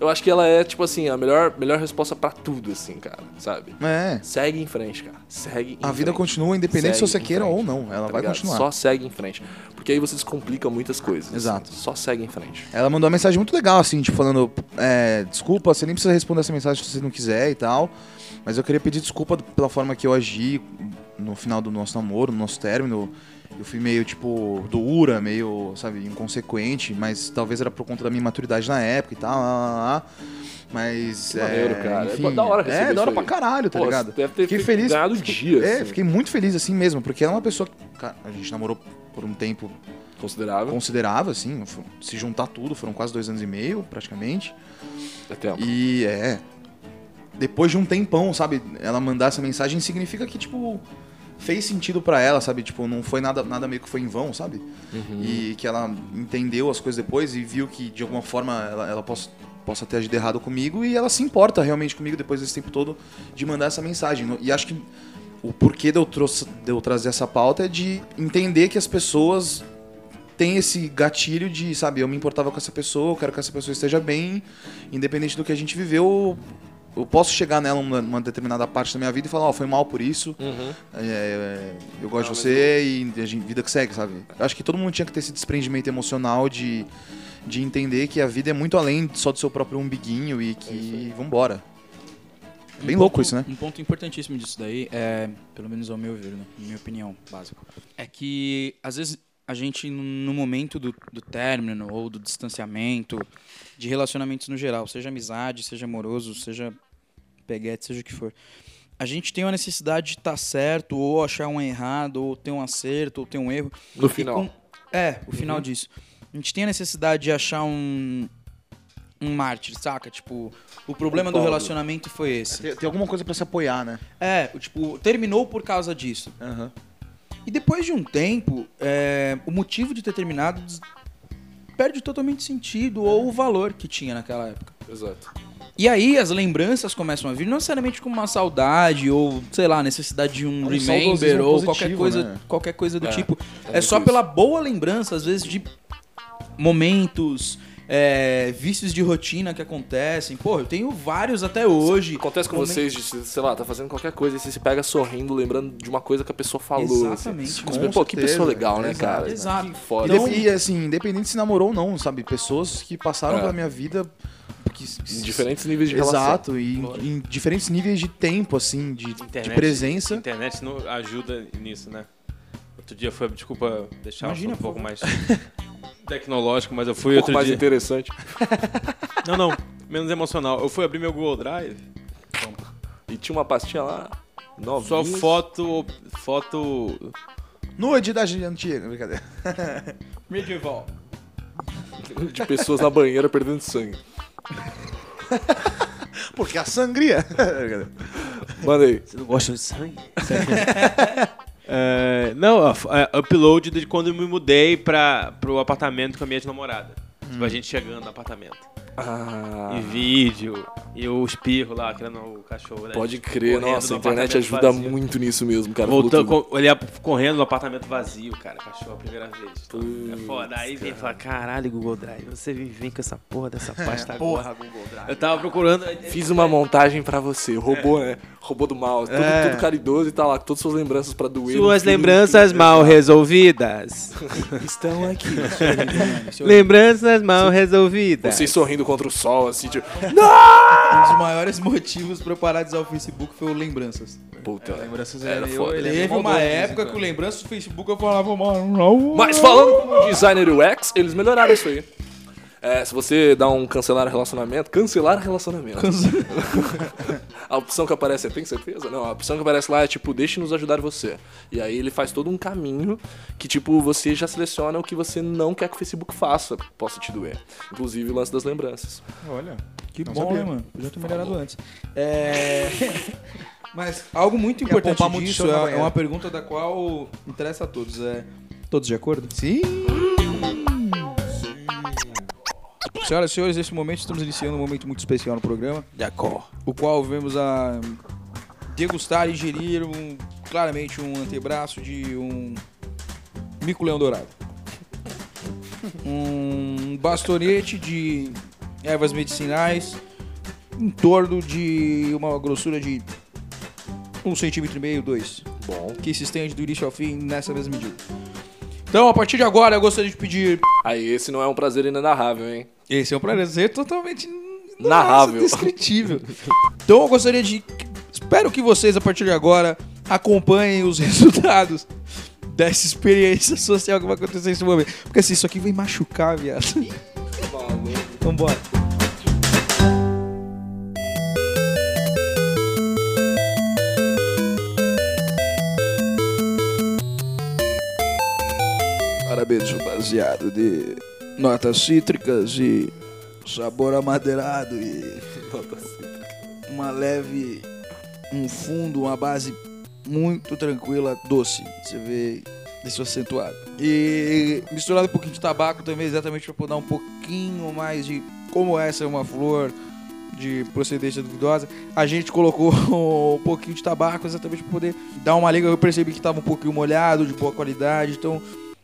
eu acho que ela é, tipo assim, a melhor, melhor resposta pra tudo, assim, cara, sabe?
É.
Segue em frente, cara. Segue em
A vida
frente.
continua independente se
Segue
você
em
queira
frente,
ou não. Ela
tá
vai
ligado?
continuar.
Só segue em frente. Porque aí você descomplica muitas coisas. assim.
Exato.
Só segue em frente.
Ela mandou uma mensagem muito legal, assim, tipo, falando: é, desculpa, você nem precisa responder essa mensagem se você não quiser e tal. Mas eu queria pedir desculpa do- pela forma que eu agi no final do nosso namoro, no nosso término. Eu fui meio, tipo, dura, meio, sabe, inconsequente, mas talvez era por conta da minha maturidade na época e tal. Lá, lá, lá. Mas.
Que maneiro,
é,
cara. É
Enfim,
da hora receber
É, da hora
isso
pra
aí.
caralho, tá
Pô,
ligado?
você deve ter
Fiquei
fico-
feliz.
ganhado dia,
É,
assim.
fiquei muito feliz assim mesmo, porque ela é uma pessoa que. cara, a gente namorou por um tempo
Considerável.
considerável, assim, f- se juntar tudo, foram quase dois anos e meio, praticamente.
É tempo.
E é. Depois de um tempão, sabe, ela mandar essa mensagem significa que, tipo, fez sentido pra ela, sabe? Tipo, não foi nada, nada meio que foi em vão, sabe? E que ela entendeu as coisas depois e viu que, de alguma forma, ela, ela possa, possa ter agido errado comigo e ela se importa realmente comigo depois desse tempo todo de mandar essa mensagem. E acho que o porquê de eu, trouxe, de eu trazer essa pauta é de entender que as pessoas tem esse gatilho de, sabe, eu me importava com essa pessoa, eu quero que essa pessoa esteja bem, independente do que a gente viveu, eu posso chegar nela numa, numa determinada parte da minha vida e falar, ó, foi mal por isso, é, é, eu gosto de você e a gente- vida que segue, sabe? Eu acho que todo mundo tinha que ter esse desprendimento emocional de, de entender que a vida é muito além só do seu próprio umbiguinho e que vambora. É bem louco
ponto-
isso, né?
Um ponto importantíssimo disso daí, é, pelo menos ao meu ver, né? Minha opinião básica. É que, às vezes, a gente, no momento do, do término ou do distanciamento, de relacionamentos no geral, seja amizade, seja amoroso, seja peguete, seja o que for, a gente tem uma necessidade de estar certo, ou achar um errado, ou ter um acerto, ou ter um erro.
No
E
final.
com- é, o final disso. A gente tem a necessidade de achar um. Um mártir, saca? Tipo, o problema do
Paulo.
relacionamento foi esse.
Tem, tem alguma coisa pra se apoiar, né?
É, o tipo, terminou por causa disso. E depois de um tempo, é, o motivo de ter terminado des- perde totalmente sentido ou o valor que tinha naquela época.
Exato.
E aí as lembranças começam a vir, não necessariamente com uma saudade ou, sei lá, necessidade de um,
Um
remember
saudosismo
ou
positivo,
qualquer coisa,
né?
qualquer coisa do tipo. É
muito
só
isso.
pela boa lembrança, às vezes, de momentos, é, vícios de rotina que acontecem. Pô, eu tenho vários até hoje.
Acontece com
Momento-
vocês de, sei lá, tá fazendo qualquer coisa e você se pega sorrindo, lembrando de uma coisa que a pessoa falou.
Exatamente,
Assim.
com
Você pensa, Pô, que
certeza.
pessoa legal, né,
Exato,
cara?
exato.
Que
E,
foda.
Então-
dep- e, assim, independente se namorou ou não, sabe? Pessoas que passaram
É.
pela minha vida. Que, que-
Em diferentes níveis de relação. Um
Exato, e em, em diferentes níveis de tempo, assim, de, de
Internet. A
presença.
internet não ajuda nisso, né? Outro dia foi, desculpa deixar
Imagina,
um
por
pouco mais tecnológico, mas eu
Um
fui
pouco
outro
mais
dia.
interessante.
Não, não, menos emocional. Eu fui abrir meu Google Drive,
E tinha uma pastinha lá, novinha.
só foto, foto
Nude da gente antiga, brincadeira.
Medieval.
de pessoas na banheira perdendo sangue.
Porque a sangria. Brincadeira.
Manda aí.
Você não gosta de sangue? É, não, a- a- upload de quando eu me mudei pra, pro apartamento com a minha ex-namorada. Tipo, a gente chegando no apartamento.
Ah,
E vídeo, e o espirro lá, criando o cachorro. né?
pode crer.
Correndo
Nossa,
no
a internet
apartamento
ajuda
vazio.
muito nisso mesmo, cara.
Voltando,
Falou tudo.
co- olhar correndo no apartamento vazio, cara, cachorro a primeira vez. Então, é foda. Aí vem e fala: caralho, Google Drive, você vem, vem com essa porra dessa
É,
pasta agora.
Google Drive.
Eu tava procurando.
Fiz uma montagem pra você. Robô,
É.
né? Robô do mal. Tudo,
É.
tudo caridoso e tá lá. com Todas suas lembranças pra doer. no
Suas
fim do-
lembranças mal resolvidas.
Estão aqui.
Lembranças mal resolvidas.
Tipo, Vocês sorrindo contra o sol, assim, tipo...
Um dos maiores motivos pra eu parar de usar o Facebook foi o Lembranças.
Puta,
Lembranças
era
eu-
foda. né?
ele é
Teve
maldoso
uma
de
né,
vez em
época
quando.
que o Lembranças do Facebook eu
Falava, mano, não.
Mas falando como designer UX, eles melhoraram isso aí. É, se você dá um cancelar relacionamento, cancelar relacionamento. a opção que aparece é, tem certeza? Não, a opção que aparece lá é tipo, deixe-nos ajudar você. E aí ele faz todo um caminho que, tipo, você já seleciona o que você não quer que o Facebook faça, possa te doer. Inclusive o lance das lembranças.
Olha.
Que
Não
bom,
sabia.
né, mano? Podia ter melhorado antes. É... Mas algo
Ia
muito importante
poupar muito chão
disso
na
é, é
banheira.
uma pergunta da qual interessa a todos. É... Todos de acordo?
Sim.
Senhoras e senhores, nesse momento estamos iniciando um momento muito especial no programa. De acordo. O qual vamos a degustar e ingerir um, claramente um antebraço de um mico-leão dourado. Um bastonete de ervas medicinais em torno de uma grossura de um centímetro e meio, dois
Bom.
que se estende do início ao fim nessa mesma medida. Então, a partir de agora, eu gostaria de pedir...
Aí esse não é um prazer inenarrável, hein?
Esse é um prazer totalmente
Narrável.
descritível. Então eu gostaria de. Espero que vocês, a partir de agora, acompanhem os resultados dessa experiência social que vai acontecer nesse momento. Porque assim, isso aqui vai machucar, viado. Vambora.
Parabéns, rapaziada, de notas cítricas e sabor amadeirado e uma leve, um fundo, uma base muito tranquila, doce. Você vê isso acentuado. E misturado um pouquinho de tabaco também, exatamente para dar um pouquinho mais de como essa é uma flor de procedência duvidosa. A gente colocou um pouquinho de tabaco exatamente para poder dar uma liga. Eu percebi que estava um pouquinho molhado, de boa qualidade, então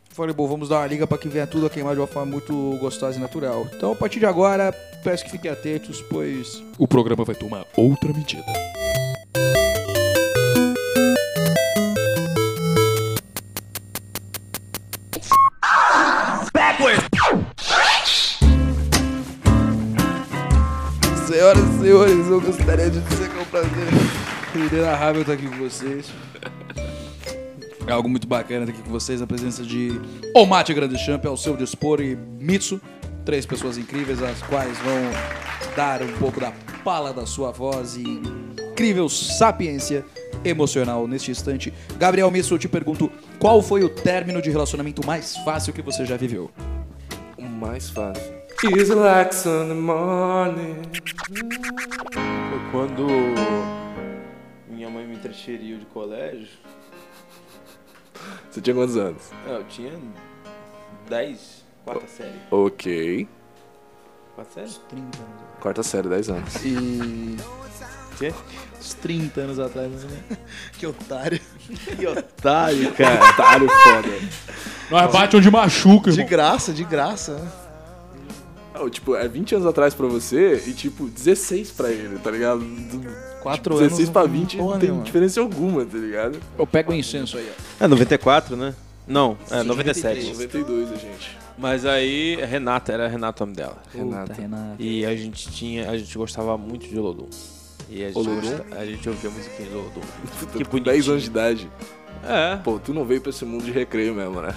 Falei, bom, vamos dar uma liga pra que venha tudo a queimar de uma forma muito gostosa e natural. Então, a partir de agora, peço que fiquem atentos, pois.
O programa vai tomar outra medida.
Senhoras e senhores, eu gostaria de dizer que é um prazer. Inenarrável
tá
estar aqui com vocês. É algo muito bacana estar aqui com vocês, a presença de Omate Grande Champ ao seu dispor e Mitsu, três pessoas incríveis, as quais vão dar um pouco da pala da sua voz e incrível sapiência emocional neste instante. Gabriel Mitsu, eu te pergunto, qual foi o término de relacionamento mais fácil que você já viveu?
O mais fácil. Is like Sunday morning.
Foi quando minha mãe me transferiu de colégio.
Você tinha quantos anos?
Ah, Eu tinha 10, quarta série.
Ok.
Quarta série?
30 anos atrás.
Quarta série, 10 anos.
E.
Quê?
Uns 30 anos atrás, mais ou
né?
menos.
Que otário.
Otário, cara. Otário foda.
Nós bate onde machuca,
De
irmão.
graça, de graça. né?
Não, tipo, é 20 anos atrás pra você e, tipo, 16 pra ele, tá ligado? Do-
Quatro
tipo, 16
anos,
pra
não-
20
porra
não tem
nenhuma.
diferença alguma, tá ligado?
Eu pego o incenso aí, ó.
É 94, né? Não, é 97.
92, a gente.
Mas aí, Renata, era Renata o nome dela.
Renata.
Renato.
E a gente tinha, a gente gostava muito de Olodum. E a gente,
Olodum?
gosta- a gente ouvia musiquinha de Olodum.
Puta,
Que
com
bonitinho.
10 anos de idade.
É.
Pô, tu não veio pra esse mundo de recreio mesmo, né?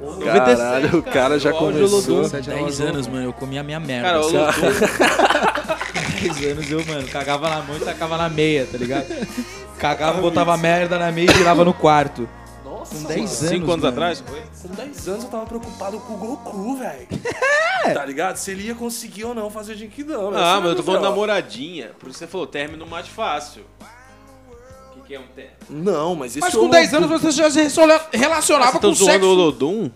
96,
Caralho, o cara já
cara, o
começou.
Olodum.
10 anos, mano, eu comia minha merda. assim.
Cara, Olodum.
10 anos eu, mano, cagava na mão e tacava na meia, tá ligado? Cagava, botava merda na meia e girava no quarto.
Nossa,
Com 10 anos.
5 anos
mano.
atrás? Foi?
com 10 anos eu tava preocupado com o Goku, velho. Tá ligado? Se ele ia conseguir ou não fazer Jinkidão. né?
É. Ah,
Essa
mas eu
é
tô
a
falando
dúvida, ó.
namoradinha. Por isso você falou término mais fácil. O que, que é um término?
Não, mas esse é
Mas com 10 anos você já se resole- relacionava
tá
com sexo.
Olodum?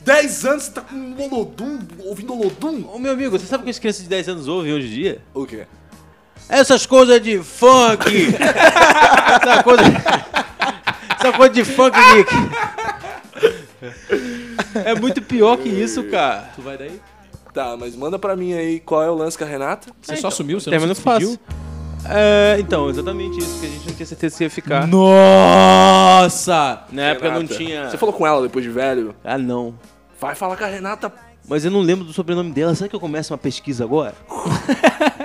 10 anos você tá com um Olodum, ouvindo Olodum?
Ô meu amigo, você sabe o que as crianças de 10 anos ouvem hoje em dia?
O quê?
Essas coisas de funk! Essa coisa. Essa coisa de funk, Nick! É muito pior que isso, cara.
Tu vai daí?
Tá, mas manda pra mim aí qual é o lance com a Renata.
Você só sumiu, você
Término
não se despediu?
fácil. É, então, exatamente isso, que a gente não tinha certeza se ia ficar.
Nossa!
Na época não
Renata.
tinha.
Você falou com ela depois de velho?
Ah, não.
Vai falar com a Renata
Mas eu não lembro do sobrenome dela. Será que eu começo uma pesquisa agora?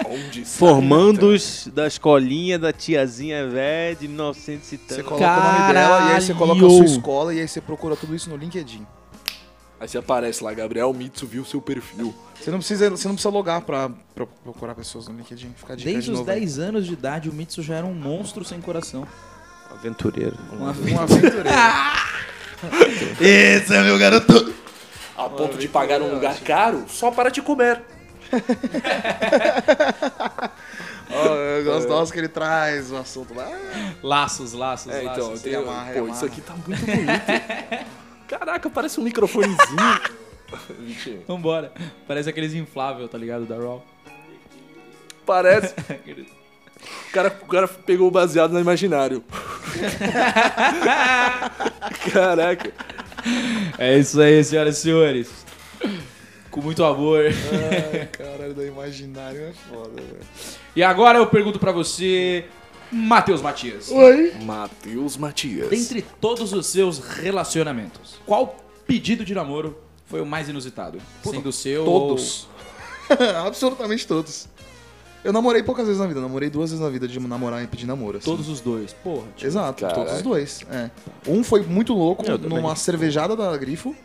onde? está
Formandos da escolinha da tiazinha velha de 1900 e
Você
tanto.
coloca o nome dela e aí você coloca a sua
Caralho!
escola e aí você procura tudo isso no LinkedIn.
Renata. Aí você aparece lá, Gabriel Mitsu viu seu perfil.
Você não precisa, você não precisa logar pra, pra procurar pessoas no LinkedIn. Fica a dica
Desde
de
os
novo.
10 anos de idade, o Mitsu já era um monstro sem coração.
Aventureiro.
Uma
Um aventureiro.
Esse é meu garoto!
A ponto de pagar um lugar caro só para te comer.
Ó, eu gosto da hora que ele traz o assunto lá. Ah,
Laços, laços,
É, então, eu
laços.
tenho...
amarra,
Pô,
amarra.
isso aqui tá muito bonito. Caraca, parece um microfonezinho. Mentira.
Vambora. Parece aqueles inflável, tá ligado? Da Raw.
Parece. O cara, o cara pegou o baseado no imaginário. Caraca.
É isso aí, senhoras e senhores. Com muito amor.
caralho, da imaginário é foda, velho.
E agora eu pergunto pra você, Matheus Matias.
Matheus Matias.
Dentre todos os seus relacionamentos, qual pedido de namoro foi o mais inusitado? Sendo o seu
Todos. Absolutamente todos. Eu namorei poucas vezes na vida, eu namorei duas vezes na vida de namorar e pedir namoro.
ou
assim.
todos os dois? Porra, tipo,
Exato,
Caralho.
todos os dois. é. Um foi muito louco numa cervejada da Grifo.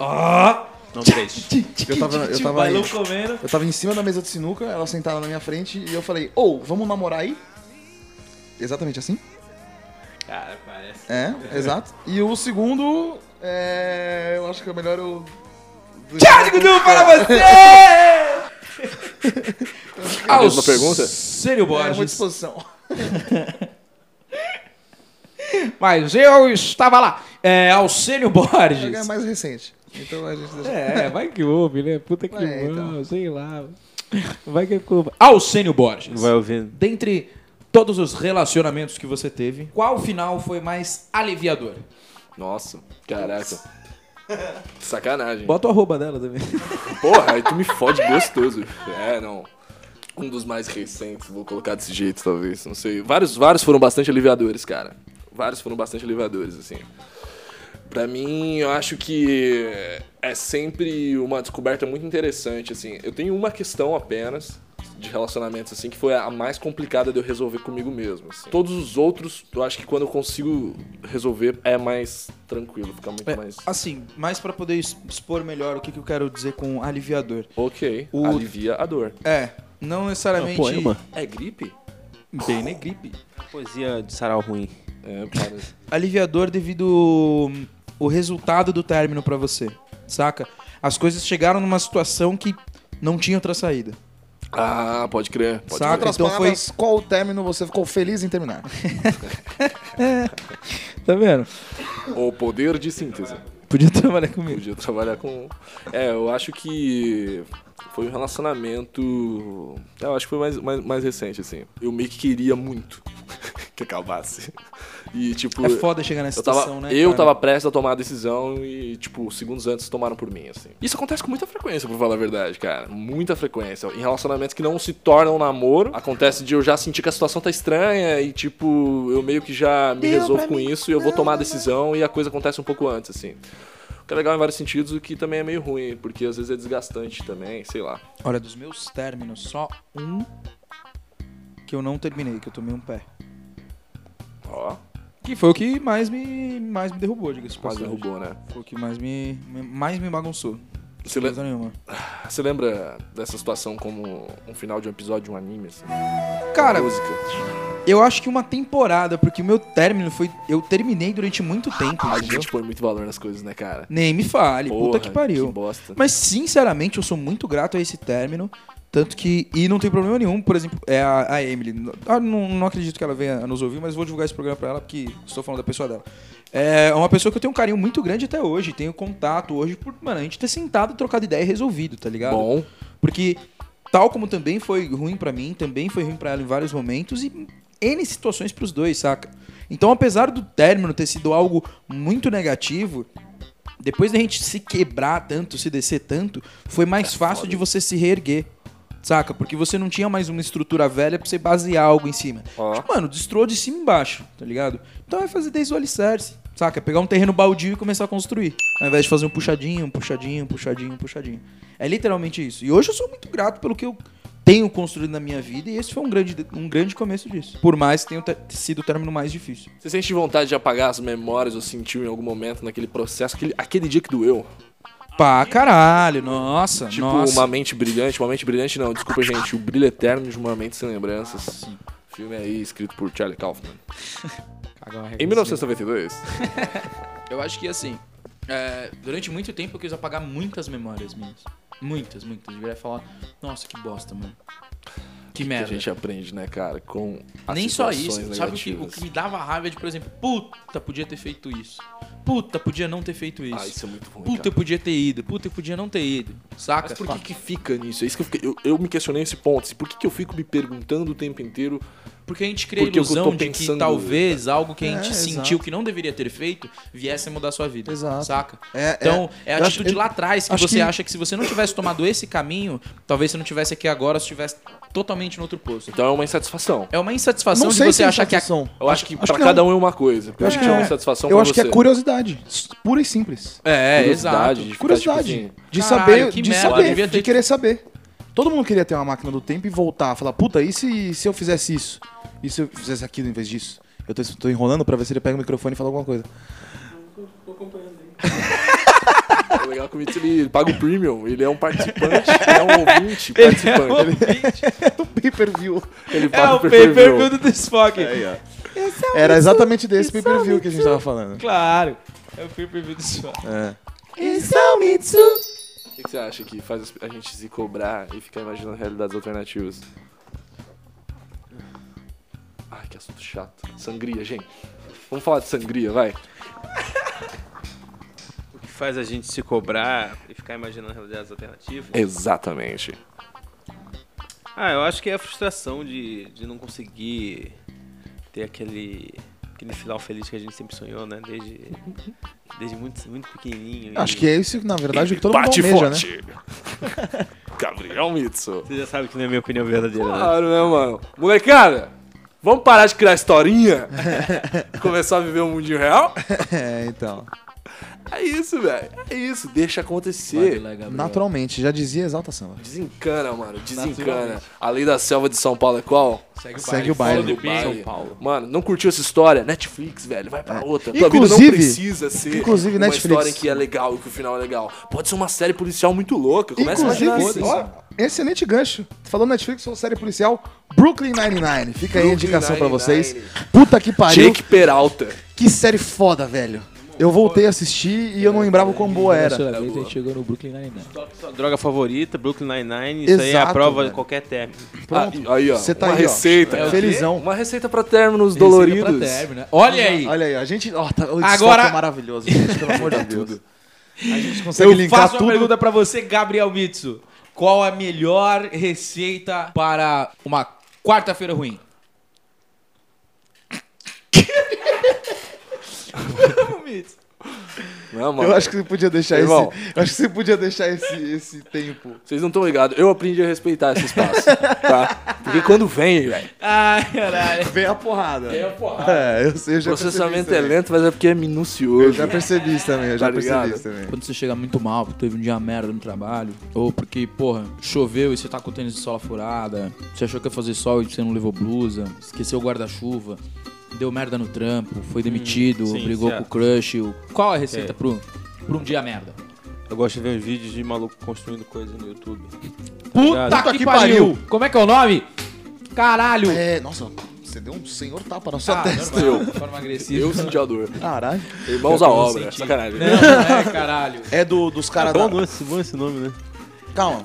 Não, três.
Eu tava, eu tava aí.
bailou Tipo, comendo.
Eu tava em cima da mesa de sinuca, ela sentada na minha frente e eu falei, ou, vamos namorar aí? Exatamente assim.
Cara, parece.
É, exato. E o segundo, é, eu acho que é melhor eu...
Código para você!
A mesma pergunta?
Sério,
É, muita
Borges.
exposição.
Mas eu estava lá. É, Alcênio
É
Borges.
mais recente. Então a gente deixa...
É, vai que ouve, né? Puta que
É, então.
mano, sei lá. Vai que culpa. Alcênio
Não
Borges.
vai ouvindo.
Dentre todos os relacionamentos que você teve, qual final foi mais aliviador?
Nossa, caraca. Sacanagem.
Bota o arroba dela também.
Porra, aí tu me fode gostoso. É, não. Um dos mais recentes, vou colocar desse jeito, talvez. Não sei. Vários, vários foram bastante aliviadores, cara. Vários foram bastante aliviadores, assim. Pra mim, eu acho que é sempre uma descoberta muito interessante, assim. Eu tenho uma questão apenas de relacionamentos, assim, que foi a mais complicada de eu resolver comigo mesmo, assim. Todos os outros, eu acho que quando eu consigo resolver, é mais tranquilo, fica muito mais...
Assim, mas pra poder es- expor melhor o que, que eu quero dizer com aliviador.
Ok,
O-
alivia a dor.
É, não necessariamente.
É gripe?
Bem, né? Gripe.
Poesia de sarau ruim.
É, parece.
Aliviador devido hum, o resultado do término pra você, saca? As coisas chegaram numa situação que não tinha outra saída.
Ah, pode crer. Pode
Saca?
crer.
Outras
então foi-
palavras, qual o término você ficou feliz em terminar?
Tá vendo?
O poder de síntese.
Podia trabalhar comigo.
Podia trabalhar com. É, eu acho que Foi um relacionamento. Eu acho que foi mais, mais, mais recente, assim. Eu meio que queria muito que acabasse. E, tipo.
É foda chegar nessa
Eu tava,
situação, né?
eu
cara?
tava prestes a tomar a decisão e, tipo, segundos antes tomaram por mim, assim. Isso acontece com muita frequência, pra falar a verdade, cara. Muita frequência. Em relacionamentos que não se tornam namoro, acontece de eu já sentir que a situação tá estranha e, tipo, eu meio que já me resolvo com isso e eu vou tomar a decisão e a coisa acontece um pouco antes, assim. O que é legal em vários sentidos, o que também é meio ruim, porque às vezes é desgastante também, sei lá.
Olha, dos meus términos, só um que eu não terminei, que eu tomei um pé.
Ó,
Que foi o que mais me, mais me derrubou, diga-se de
quase
passagem.
derrubou, né?
Foi o que mais me, me- mais me bagunçou.
Você, le-
Coisa nenhuma.
você lembra dessa situação como um final de um episódio de um anime, assim?
Cara,
música.
eu acho que uma temporada, porque o meu término foi. Eu terminei durante muito tempo,
A
entendeu?
Ah, gente põe muito valor nas coisas, né, cara?
Nem me fale,
Porra,
puta que pariu.
Que bosta.
Mas sinceramente, eu sou muito grato a esse término. Tanto que. E não tem problema nenhum, por exemplo, é a, a Emily. Ah, não, não acredito que ela venha a nos ouvir, mas vou divulgar esse programa pra ela, porque estou falando da pessoa dela. É uma pessoa que eu tenho um carinho muito grande até hoje. Tenho contato hoje por, mano, a gente ter sentado, trocado ideia e resolvido, tá ligado?
Bom,
Porque, tal como também foi ruim pra mim, também foi ruim pra ela em vários momentos e N situações pros dois, saca? Então, apesar do término ter sido algo muito negativo, depois da gente se quebrar tanto, se descer tanto, foi mais
Tá
fácil de você se reerguer. Saca? Porque você não tinha mais uma estrutura velha pra você basear algo em cima.
Ó.
Tipo, mano, destrou de cima e embaixo, tá ligado? Então é fazer desde o alicerce, saca? É Pegar um terreno baldio e começar a construir. Ao invés de fazer um puxadinho, um puxadinho, um puxadinho, um puxadinho. É literalmente isso. E hoje eu sou muito grato pelo que eu tenho construído na minha vida e esse foi um grande, um grande começo disso. Por mais que tenha te- sido o término mais difícil.
você sente vontade de apagar as memórias ou sentiu em algum momento naquele processo, aquele, aquele dia que doeu?
Pá, caralho, nossa,
Tipo,
nossa.
uma mente brilhante, uma mente brilhante não, desculpa, gente, o brilho eterno de uma mente sem lembranças. Filme aí escrito por Charlie Kaufman.
Cagou uma regra de
Em 1992,
Eu acho que assim, é, durante muito tempo eu quis apagar muitas memórias minhas. Muitas, muitas. Eu virar e falar, nossa, que bosta, mano. Que
que a
merda.
gente aprende, né, cara, com as
Nem só
situações
isso. Sabe o que, o
negativas.
que me dava raiva de, por exemplo, puta, podia ter feito isso. Puta, podia não ter feito isso.
Ah, isso é muito ruim,
puta,
cara.
eu podia ter ido. Puta, eu podia não ter ido. Saca?
Mas por que, que fica nisso? É isso que eu, fiquei- eu, eu me questionei esse ponto. assim, Por que, que eu fico me perguntando o tempo inteiro?
Porque a gente cria a
Porque o que eu tô
ilusão de
pensando-
que talvez algo que a
É,
gente
exato.
sentiu que não deveria ter feito viesse a mudar a sua vida.
Exato.
Saca?
É,
Então, é, a
eu acho-
atitude
eu-
lá atrás que
acho
você
que-
acha que se você não tivesse tomado esse caminho, talvez você não tivesse aqui agora, você estivesse totalmente no outro posto.
Então é uma insatisfação.
É uma insatisfação
não
de
sei
você
se é
achar que a...
insatisfação.
Eu acho que
acho
pra
que
cada um é uma coisa. Eu acho que é uma
é.
insatisfação
Eu
pra
acho que
você.
é curiosidade, s- pura e simples.
É,
Curiosidade,
exato.
de ficar, tipo,
Curiosidade.
assim,
de
Caralho,
saber,
que
de
merda,
saber,
devia
de
ter-
querer saber. Todo mundo queria ter uma máquina do tempo e voltar, falar, puta, e se, se eu fizesse isso? E se eu fizesse aquilo em vez disso? Eu tô, tô enrolando pra ver se ele pega o microfone e fala alguma coisa.
O legal é que o Mitsu, ele paga o premium, ele é um participante, ele é um ouvinte participante. Ele,
O pay-per-view.
ele
É
paga
o
o pay-per-view.
pay-per-view do Desfoque.
Era exatamente desse
é
pay-per-view que a gente tava falando.
Claro. É o pay-per-view do Desfoque.
É.
O que que você acha que faz a gente se cobrar e ficar imaginando realidades alternativas? Ai, que assunto chato. Sangria, gente. Vamos falar de sangria, vai.
O que faz a gente se cobrar e ficar imaginando realidades alternativas?
Exatamente.
Ah, eu acho que é a frustração de, de não conseguir ter aquele, aquele final feliz que a gente sempre sonhou, né? Desde, desde muito, muito pequenininho. E
Acho que é isso, na verdade, o que todo mundo
Bate
almeja, né?
forte. Gabriel Mitsu.
Você já sabe que não é minha opinião verdadeira, né?
Claro, né, mano? Molecada, vamos parar de criar historinha? e começar a viver um mundinho real?
É, então.
É isso, velho. É isso. Deixa acontecer.
Naturalmente, já dizia Exalta Samba.
Desencana, mano. Desencana. A lei da selva de São Paulo é qual?
Segue o baile.
Do São Paulo. É. Mano, não curtiu essa história? Netflix, velho. Vai pra outra. Tua vida
Inclusive-
não precisa ser
inclusive
uma
Netflix.
história que é legal e que o final é legal. Pode ser uma série policial muito louca. Começa a
Inclusive,
imaginar
ó, excelente gancho. Falando Netflix, sou série policial Brooklyn Nine-Nine. Fica aí a
Brooklyn
indicação pra vocês.
Nine-Nine.
Puta que
assim.
pariu.
Jake Peralta.
Que série foda, velho. Eu voltei a assistir e eu não lembrava o quão boa era.
a gente chegou no Brooklyn Nine-Nine.
Sua droga favorita, Brooklyn Nine-Nine, isso aí é a
Exato,
prova
velho.
de qualquer término.
Pronto.
Ah, aí, ó.
Você tá
uma
aí, ó.
receita.
É o Felizão. quê?
Uma receita pra términos doloridos.
Olha aí.
Olha aí, a gente. Ó, tá, o
Agora-
Agora... é maravilhoso, gente, pelo amor de Deus.
É Tudo.
A gente consegue
Eu
linkar
faço uma
tudo.
pergunta pra você, Gabriel Mitsu.
Qual a melhor receita para uma quarta-feira ruim?
Não, mano.
Eu acho que você podia deixar
Irmão.
esse. Eu acho que você podia deixar esse, esse tempo.
Vocês não estão ligados. Eu aprendi a respeitar esse espaço, tá? Porque quando vem, velho,
Ai, caralho.
Vem a porrada. Vem
a porrada.
É, eu sei, eu
o
já
processamento é
percebi isso
lento, mas é porque é
também. Eu
minucioso.
já percebi isso também, eu já
Tá
percebi
ligado?
isso também.
Quando você chega muito mal, porque teve um dia merda no trabalho, ou porque, porra, choveu e você tá com o tênis de sola furada, você achou que ia fazer sol e você não levou blusa, esqueceu o guarda-chuva, deu merda no trampo, foi demitido,
Hum, sim,
brigou
certo.
com o crush. o- Qual a receita pro, pra um dia merda?
Eu gosto de ver uns vídeos de maluco construindo coisa no YouTube. Tá
Puta,
Puta
que,
que
pariu. Como é que é o nome? Caralho!
É, nossa, você deu um senhor tapa na sua
Ah,
testa.
normal, de forma agressiva.
Eu senti a dor.
Caralho.
Irmãos à obra. é Sacanagem.
Não, é, caralho.
É do, dos caras da.
esse, bom esse nome, né?
Calma.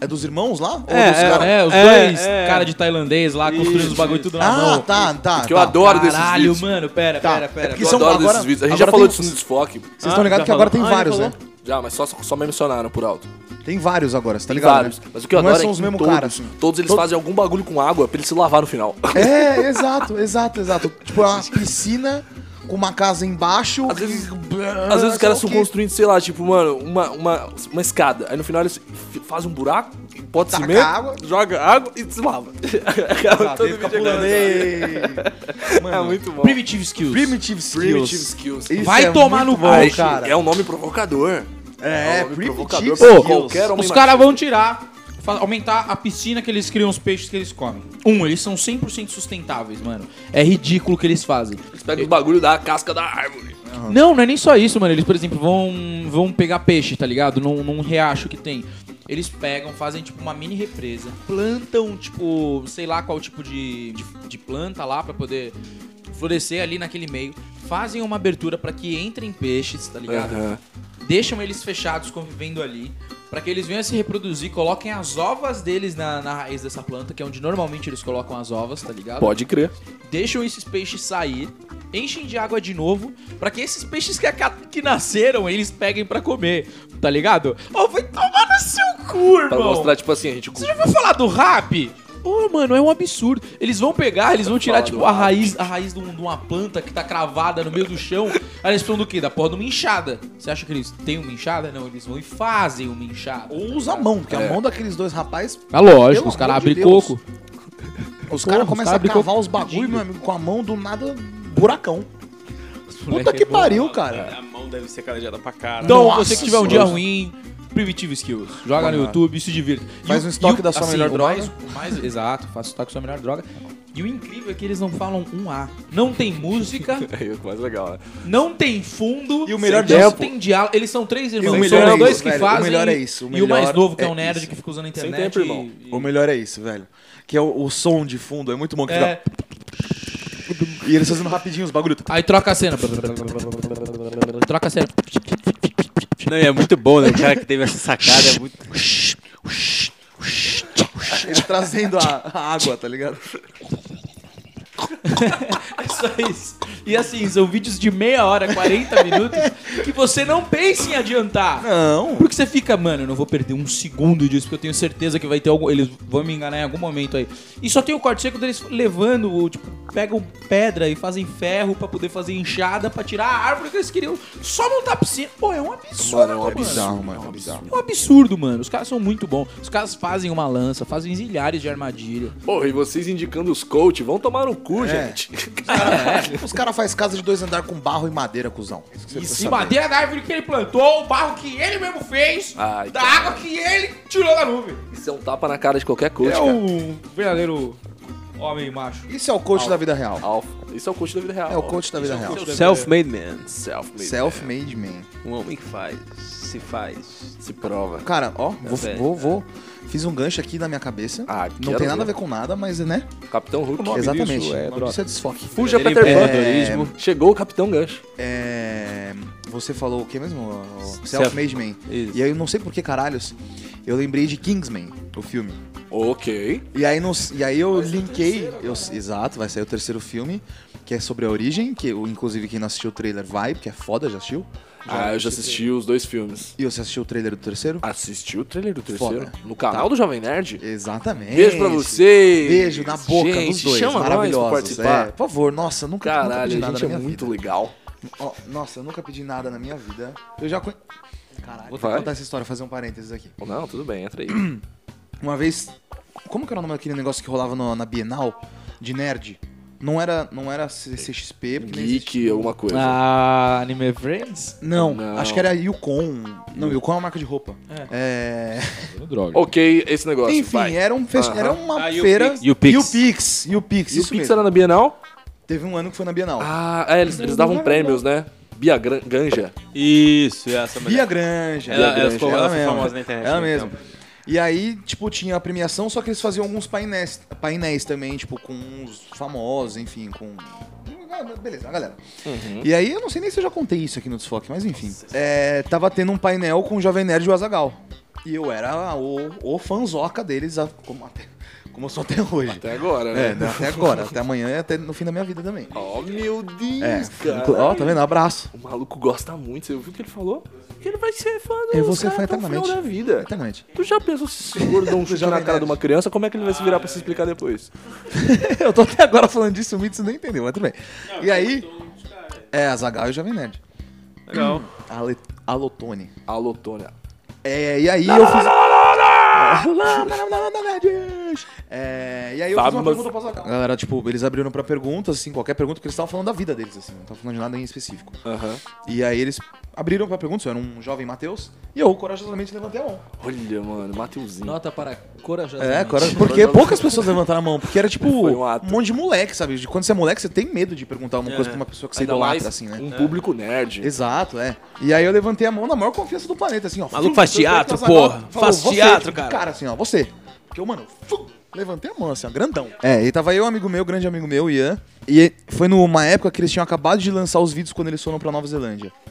É dos irmãos lá? Ou
É,
dos caras.
É, os
É,
dois
é.
cara de tailandês lá, construindo os bagulho tudo na
Ah,
mão.
tá, tá.
Que eu
tá.
adoro desses
Caralho,
vídeos.
mano, pera,
Tá.
pera, pera.
É porque
Eu
são
adoro
agora-
desses vídeos. A gente já
agora
falou
tem- um-
disso no desfoque.
Vocês estão
tá
ligados que agora tem
Ah,
vários, né?
Já, mas só, só mencionaram por alto.
Tem vários agora, você tá
Tem
ligado?
vários.
né?
Mas o que eu
Não
adoro
são
é
os
que
mesmos
todos,
caras, assim.
todos eles
Todo-
fazem algum bagulho com água pra ele se lavar no final.
É, exato, exato, exato. Tipo, é uma piscina com uma casa embaixo.
Às vezes-
Blá,
Às vezes os caras estão
sei lá o quê.
construindo, sei lá, tipo, mano, uma, uma, uma escada. Aí no final eles f- fazem um buraco, bota
Taca
cimento,
água. Ah,
joga água e se lava. Acaba todo
Ele fica
vídeo
pulando,
agora.
ei.
É
Mano,
muito bom.
Primitive Skills.
Primitive Skills.
Primitive skills.
Isso
Vai
é
tomar
muito
no
bom,
Aí,
cara.
É um nome provocador.
É,
um nome
Primitive
provocador pra
Skills.
qualquer homem
Os caras vão tirar, fa- aumentar a piscina que eles criam os peixes que eles comem. Um, eles são 100% sustentáveis, mano. É ridículo o que eles fazem.
machista. Pega os bagulho da casca da árvore. tá
Não, não é nem só isso, mano. Eles, por exemplo, vão, vão pegar peixe, tá ligado? Num, num riacho que tem. Eles pegam, fazem tipo uma mini represa, plantam, tipo, sei lá qual tipo de, de, de planta lá pra poder florescer ali naquele meio. Fazem uma abertura pra que entrem peixes, tá ligado?
Aham.
Deixam eles fechados, convivendo ali. Pra que eles venham a se reproduzir, coloquem as ovas deles na, na raiz dessa planta, que é onde normalmente eles colocam as ovas, tá ligado?
Pode crer.
deixam esses peixes sair, enchem de água de novo, pra que esses peixes que, aca- que nasceram, eles peguem pra comer, tá ligado? Ó, vai tomar no seu cu,
Pra
irmão!
mostrar, tipo assim, a gente...
Você já ouviu falar do rap? Pô, mano, é um absurdo. Eles vão pegar, eles vão tirar,
Falar
tipo,
do
a
rap.
raiz, a raiz de, um- de uma planta que tá cravada no meio do chão. Aí eles falam do quê? Da porra de uma enxada. Você acha que eles têm uma enxada? Não, eles vão e fazem uma enxada.
Ou
um-
usa a mão,
É.
porque a mão daqueles dois rapazes.
Ah, lógico,
Pelo
os caras
amor de
abrem
Deus.
coco.
Os
Porra,
caras
os
começam
cara
a cavar
brincou-
os bagulho, meu amigo, com a mão do nada, buracão. Puta
moleque
que
é bom,
pariu, cara.
A mão deve ser calejada pra caralho.
Então,
Nossa
você que tiver um dia
senhora.
ruim, Primitive Skills. Joga no
Mano.
YouTube e se divirta. E
Faz
o-
um estoque
e o- assim,
da sua melhor
o
droga.
mais- o mais- exato, faz o estoque da sua melhor droga. E o incrível é que eles não falam um A. Não tem música,
Aí, o mais legal, né?
não tem fundo.
E o melhor
não
disso-
tem diálogo. Eles são três irmãos.
o melhor
são
é
dois
isso,
que
velho, o
fazem.
melhor é isso, o
e o mais
melhor
novo, que é
é
um nerd
isso.
que fica usando a
Sem
internet.
tempo, irmão.
e-
O melhor é isso, velho. Que é o, o som de fundo, é muito bom. Que
É,
fica- E eles fazendo rapidinho os bagulhos.
aí troca a cena. Troca a cena.
Não, e é muito bom, né? O cara que teve essa sacada é muito.
Ele trazendo a, a água, tá ligado?
É só isso. E assim, são vídeos de meia hora, 40 minutos, que você não pensa em adiantar.
Não.
Porque você fica, mano, eu não vou perder um segundo disso, porque eu tenho certeza que vai ter algum. Eles vão me enganar em algum momento aí. E só tem o corte seco deles levando, o tipo, pegam pedra e fazem ferro pra poder fazer enxada, pra tirar a árvore que eles queriam. Só montar piscina. Pô, é um absurdo.
Mano, é um
mano.
absurdo,
mano. É bizarro.
É um absurdo, mano. Os caras são muito bons. Os caras fazem uma lança, fazem zilhares de armadilha.
Porra, e vocês indicando os coach, vão tomar no cu,
É.
gente.
Os caras fazem casa de dois andar com barro e madeira, cuzão. Isso é que você
E
precisa
se
saber.
madeira da árvore que ele plantou, o barro que ele mesmo fez,
Ai,
da
cara.
água que ele tirou da nuvem.
Isso é um tapa na cara de qualquer coach,
É
cara.
um verdadeiro homem macho.
Isso é o coach da vida real.
Alfa. Isso é o coach da vida real.
É o
ó.
coach da vida real.
Self-made man.
Self-made.
Self-made man.
Um homem que faz, se faz.
Se prova.
Cara, ó, vou,
sei.
vou, vou. Fiz um gancho aqui na minha cabeça.
Ah,
Não
quero
tem nada a
ver.
ver com nada, mas né?
Capitão Hulk.
Exatamente. Isso é, isso é desfoque.
Fuja,
Ele
Peter Pan.
empreendedorismo.
Chegou o Capitão Gancho.
É, você falou o que mesmo? O- o
Self-
Self-made man.
Isso.
E aí eu não sei por que caralhos, eu lembrei de Kingsman, o filme.
Ok.
E aí, não- e aí eu linkei. eu- exato, vai sair o terceiro filme, que é sobre a origem, que o- inclusive quem não assistiu o trailer vai, porque é foda, já assistiu.
ah, eu já assisti os dois filmes.
E você assistiu o trailer do terceiro?
Assistiu o trailer do terceiro?
Foda.
No canal do Jovem Nerd?
Exatamente.
Beijo pra vocês.
Beijo na boca
gente,
dos dois.
Chama
maravilhosos.
nós pra participar.
É, por favor, nossa, nunca, nunca
Caralho,
pedi
a
nada
gente
na
é
minha
muito
vida.
legal.
Ó, nossa, eu nunca pedi nada na minha vida. Eu já conhe... Caralho, vou ter
Vai.
que contar essa história, fazer um parênteses aqui.
Não, tudo bem, entra aí.
Uma vez. Como que era o nome daquele negócio que rolava no- na Bienal de Nerd? Não era, não era CCXP, porque nem existia.
Geek, alguma
é.
coisa.
Ah, Anime Friends?
Não,
Não.
acho que era Yukon. Não, Yukon é uma marca de roupa. É.
Droga.
Ok, esse negócio.
Enfim,
vai.
era, um fest...
Aham.
era uma
Ah, Yupix.
feira.
Yupix.
Yupix, Yupix,
E o
isso
Pix
mesmo.
era na Bienal?
Teve um ano que foi na Bienal.
Ah, é, eles, eles davam prêmios, né? Bia Gran- Ganja.
Isso, é essa mulher.
Bia Granja.
Ela-
Bia
ela
Granja,
ficou- ela foi famosa na internet,
Ela
né,
mesma. E aí, tipo, tinha a premiação, só que eles faziam alguns painéis, painéis também, tipo, com uns famosos, enfim, com... Beleza, a galera.
Uhum.
E aí, eu não sei nem se eu já contei isso aqui no Desfoque, mas enfim. É, tava tendo um painel com o Jovem Nerd e o Azagal. E eu era o, o fanzoca deles, a- como, até, como eu sou até hoje.
Até agora, né?
É, né, até agora, até amanhã e até no fim da minha vida também.
Oh, meu Deus,
É,
cara.
ó, tá vendo? Abraço.
O maluco gosta muito, você viu o que ele falou? Que ele vai ser fã do
Eu vou ser fã eternamente.
da vida.
Eternamente.
Tu já pensou se o senhor dá um chute na
Jovem
cara de
Nerd.
uma criança, como é que ele vai se virar pra se explicar depois?
Eu tô até agora falando disso, o Mitsu nem entendeu, mas tudo bem. e aí. É, a Zagal e o Jovem Nerd.
Legal.
Ale... Alotone.
Alô, Tônia.
É, e aí eu fiz. É, e aí eu fiz uma
Vamos.
pergunta pra Zagal. Galera, tipo, eles abriram pra perguntas, assim, qualquer pergunta, porque eles estavam falando da vida deles, assim, não estavam falando de nada em específico.
Aham.
E aí eles abriram pra perguntas, eu era um jovem Matheus, e eu corajosamente levantei a mão.
Olha, mano, Mateuzinho.
Nota para corajosa.
É, agora, porque poucas pessoas levantaram a mão, porque era tipo
Foi um
um,
ato. É,
monte de moleque, sabe? De quando você é moleque, você tem medo de perguntar alguma coisa pra uma pessoa que você
Ainda mais
idolatra, assim, né?
um público nerd.
Exato, é. E aí eu levantei a mão na maior confiança do planeta, assim, ó.
Maluco faz
Tanto é que
teatro,
o Azaghal
porra.
falou,
Faz
"Você",
teatro,
tipo,
cara.
Cara, assim, ó, você. Porque eu, mano, fum, levantei a mão, assim, ó, grandão. É, e tava eu, um amigo meu, grande amigo meu, Ian. E foi numa época que eles tinham acabado de lançar os vídeos quando eles foram pra Nova Zelândia.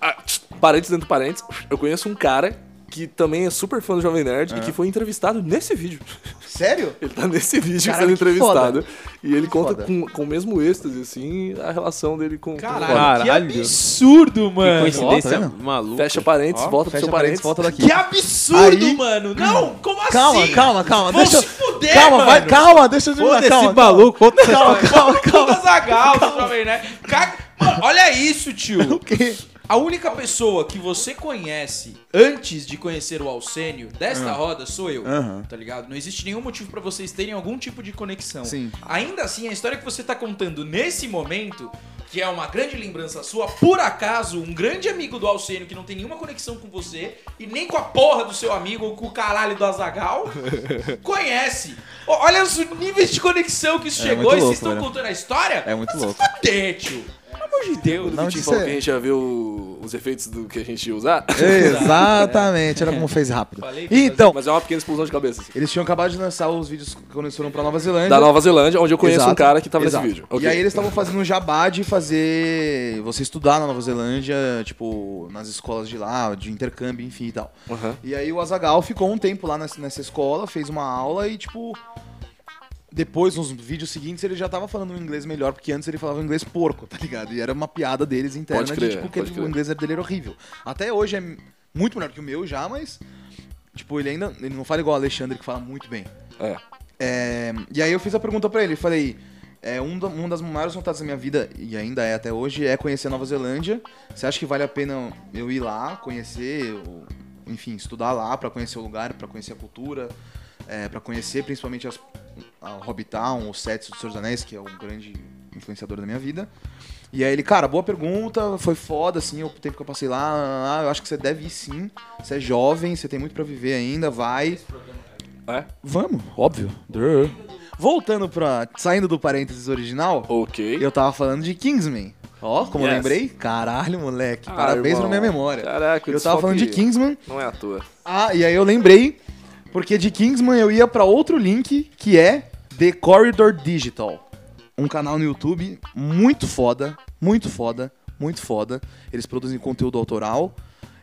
Ah, tch, parênteses dentro de parênteses, eu conheço um cara que também é super fã do Jovem Nerd e que foi entrevistado nesse vídeo.
Sério?
Ele tá nesse vídeo sendo
Caralho, que
entrevistado.
foda.
E ele conta
foda.
com, com o mesmo êxtase, assim, a relação dele com. com-
Caralho.
Que absurdo,
Que
né?
mano.
coincidência
Ó, tá
maluca.
Fecha parênteses, volta pro
Fecha
seu parênteses.
parênteses, volta daqui.
Que absurdo,
Aí-
mano. Não, como assim?
Calma, calma, calma.
Vão
deixa
se fuder,
Calma,
mano.
vai, calma, deixa eu terminar,
Foda-se,
calma.
maluco. Conta essa
Calma, calma, calma.
Puta Zagal, também, né? Caga... Mano, olha isso, tio.
Ok.
A única pessoa que você conhece antes de conhecer o Alcênio desta roda sou eu,
Ah. Aham.
tá ligado? Não existe nenhum motivo pra vocês terem algum tipo de conexão.
Sim.
Ainda assim, a história que você tá contando nesse momento, que é uma grande lembrança sua, por acaso, um grande amigo do Alcênio que não tem nenhuma conexão com você e nem com a porra do seu amigo ou com o caralho do Azagal, conhece. Ó, Olha os níveis de conexão que isso
É
chegou
muito
e
louco,
vocês estão
né?
contando a história?
É muito
Mas se
louco.
fuder, tio. Pelo amor de Deus.
Quando
Não,
o Vitinho
isso
falou
é-
que a gente tipo, já viu o- os efeitos do que a gente ia usar.
Exatamente, olha como fez rápido.
Falei que ia
Então,
Mas é uma pequena explosão de cabeça. assim.
eles tinham acabado de lançar os vídeos quando eles foram pra Nova Zelândia.
Da Nova Zelândia, onde eu conheço
É, Exato,
um cara que tava
exato.
nesse vídeo. Ok.
E aí eles estavam fazendo um jabá de fazer. Você estudar na Nova Zelândia, tipo, nas escolas de lá, de intercâmbio, enfim e tal.
Aham.
E aí o Azagal ficou um tempo lá nessa, nessa escola, fez uma aula e, tipo. Depois, nos vídeos seguintes, ele já tava falando um inglês melhor, porque antes ele falava um inglês porco, tá ligado? E era uma piada deles interna
Pode crer,
de, tipo, que
pode
ele-
crer.
o inglês dele era horrível. Até hoje é muito melhor que o meu já, mas. Tipo, ele ainda. Ele não fala igual o Alexandre, que fala muito bem.
É.
É, e aí eu fiz a pergunta pra ele, falei, é, um, da- um das maiores vontades da minha vida, e ainda é até hoje, é conhecer Nova Zelândia. Você acha que vale a pena eu ir lá, conhecer, ou, enfim, estudar lá pra conhecer o lugar, pra conhecer a cultura, é, para conhecer principalmente as, a Hobbit Town, o Sets do Senhor dos Anéis, que é um grande influenciador da minha vida. E aí ele, cara, boa pergunta, foi foda, assim, o tempo que eu passei lá, lá, lá, lá, eu acho que você deve ir sim, você é jovem, você tem muito pra viver ainda, vai...
É?
Vamos, óbvio. Voltando pra. Saindo do parênteses original,
Ok. Oh,
eu tava falando de Kingsman. Ó, como eu
Yes.
lembrei? Caralho, moleque.
Ah,
parabéns
irmão.
pra minha memória.
Caraca,
eu tava
desfoque-
falando de Kingsman.
Não é à toa.
Ah, e aí eu lembrei, porque de Kingsman eu ia pra outro link que é The Corridor Digital. Um canal no YouTube muito foda, muito foda, muito foda. Eles produzem conteúdo autoral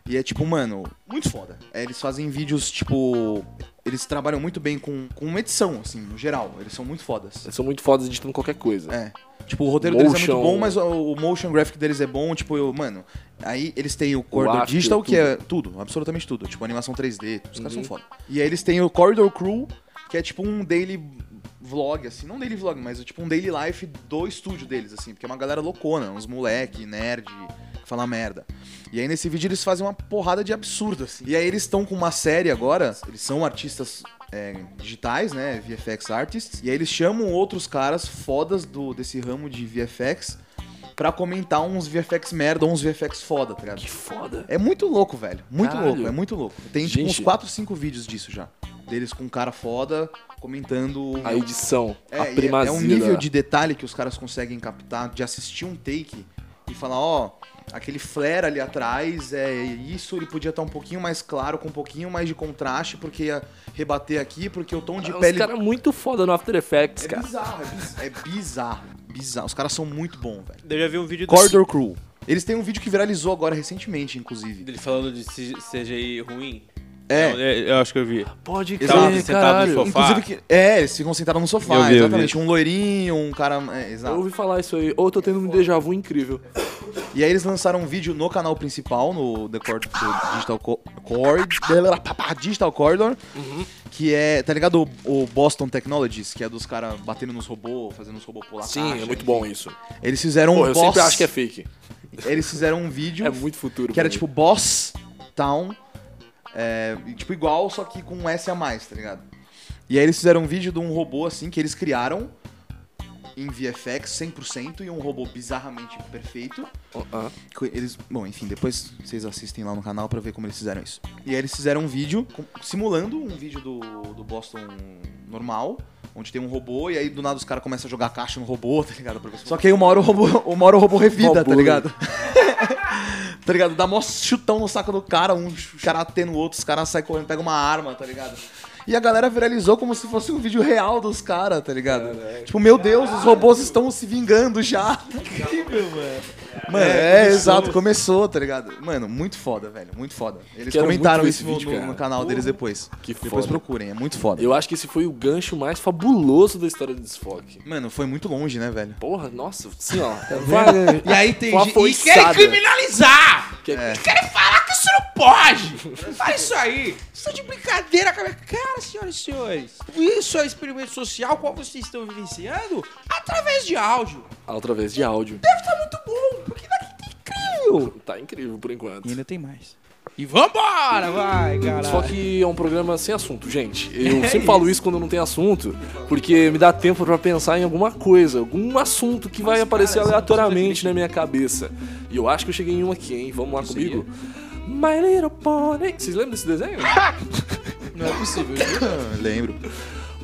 E é tipo, mano, muito foda. É, eles fazem vídeos, tipo. Eles trabalham muito bem com, com edição, assim, no geral. Eles são muito fodas.
Eles são muito fodas editando qualquer coisa.
É. Tipo, o roteiro deles é
Motion.
muito bom, mas o, o motion graphic deles é bom. Tipo, eu, mano, aí eles têm o Corridor
after,
Digital, que é tudo, absolutamente tudo. Tipo, animação 3D, os caras são foda. E aí eles têm o Corridor Crew, que é tipo um daily vlog, assim. Não daily vlog, mas é tipo um daily life do estúdio deles, assim. Porque é uma galera loucona, uns moleque, nerd, que fala merda. E aí nesse vídeo eles fazem uma porrada de absurdo, assim. E aí eles estão com uma série agora, eles são artistas é, digitais, né? VFX artists. E aí eles chamam outros caras fodas do, desse ramo de VFX pra comentar uns VFX merda ou uns VFX foda, tá ligado?
Que foda.
É muito louco, velho. Muito
Caralho.
louco, é muito louco. Tem tipo, uns
Gente.
4, 5 vídeos disso já. Deles com um cara foda comentando.
A edição,
É, e
a
é-
primazia.
É um nível de detalhe que os caras conseguem captar de assistir um take e falar, ó, aquele flare ali atrás é isso, ele podia estar um pouquinho mais claro, com um pouquinho mais de contraste, porque ia rebater aqui, porque o tom de
Os
pele.
caras É um muito foda no After Effects,
É
cara.
bizarro, é bizarro, é bizarro, bizarro. Os caras são muito bons, velho.
Eu já vi um vídeo
Corridor Crew. Eles têm um vídeo que viralizou agora recentemente, inclusive.
dele falando de C- CGI ruim.
É.
Não, é, eu acho que eu vi.
Pode
Ele tava
crer,
sentado no
caralho.
sofá.
Inclusive que. É, eles ficam sentados no
Eu
sofá,
vi, eu
exatamente. Um loirinho, um cara. é,
Eu
exato.
ouvi falar isso aí. Ou eu tô tendo um déjà vu incrível.
E aí eles lançaram um vídeo no canal principal, no The Cord, do Digital Co- Cord, Digital Corridor,
Uhum.
que é, tá ligado? O, o Boston Technologies, que é dos caras batendo nos robôs, fazendo os robôs pular
Sim,
caixa.
é muito bom isso.
Eles fizeram um
Pô, eu
boss,
sempre acho que é fake.
eles fizeram um vídeo
É muito futuro.
que era
pra mim.
tipo Boss Town, é, e tipo igual, só que com um S a mais, tá ligado? E aí eles fizeram um vídeo de um robô assim que eles criaram em VFX 100% e um robô bizarramente perfeito.
Ah, ah.
Co- Eles, bom, enfim, depois vocês assistem lá no canal pra ver como eles fizeram isso. E aí eles fizeram um vídeo com- simulando um vídeo do, do Boston normal, onde tem um robô e aí do nada os caras começam a jogar caixa no robô, tá ligado? Pra ver se- Só que aí uma hora o robô, uma hora o robô revida, tá
Robô.
ligado? tá ligado? Dá mó chutão no saco do cara, um ch- karatê no outro, os caras saem correndo, pega uma arma, tá ligado? E a galera viralizou como se fosse um vídeo real dos caras, tá ligado? Tipo, meu Deus, os robôs estão se vingando já. Mano, é, exato, começou, tá ligado? Mano, muito foda, velho, muito foda. Eles
Quero muito
comentaram
ver
isso
esse
no,
vídeo,
no-
cara.
no canal deles depois.
Que
depois
foda.
procurem, é muito foda.
Eu acho que esse foi o gancho mais fabuloso da história do desfoque.
Mano, foi muito longe, né, velho?
Porra, nossa, assim, ó. Vai,
Tá E aí tem
Uma
gente. E
foiçada.
querem criminalizar!
Que- é
E querem falar que isso não pode! Fala isso aí! Isso é de brincadeira com a minha cara, senhoras e senhores! Isso é experimento social qual vocês estão vivenciando através de áudio.
outra vez de áudio.
Deve estar muito bom, porque daqui tem incrível!
Tá incrível por enquanto.
E ainda tem mais. E vambora,
Né?
vai,
Só
cara!
que é um programa sem assunto, gente. Eu
É
sempre falo isso quando não tem assunto, porque me dá tempo pra pensar em alguma coisa, algum assunto que vai
é um
aparecer aleatoriamente na minha cabeça. E eu acho que eu cheguei em um aqui, hein? Vamos lá comigo?
é.
My Little Pony. Vocês lembram desse desenho?
Não é possível.
Eu lembro.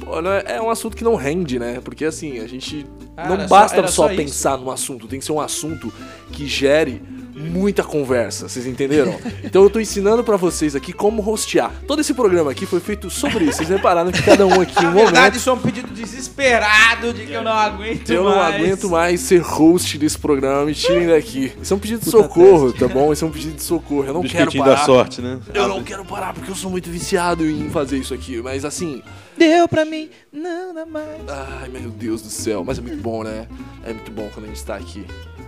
Pô, não é- é um assunto que não rende, né? Porque assim, a gente
Ah,
não
era só-
basta
era
só,
só isso.
pensar num assunto, tem que ser um assunto que gere muita conversa, vocês entenderam? então eu tô ensinando pra vocês aqui como hostear. Todo esse programa aqui foi feito sobre isso. Vocês repararam que cada um aqui em
Na
um
verdade, é
momento
isso é um pedido desesperado de que eu não aguento
eu
mais.
não aguento mais ser host desse programa, me tirem daqui. Isso é um pedido de socorro, tá bom? Isso é um pedido de socorro. Eu não quero
Biscoitinho
parar.
da sorte, né?
Eu não quero parar porque eu sou muito viciado em fazer isso aqui, mas assim,
Deu pra mim, não dá mais.
Ai, meu Deus do céu, mas é muito bom, né? É muito bom quando a gente tá aqui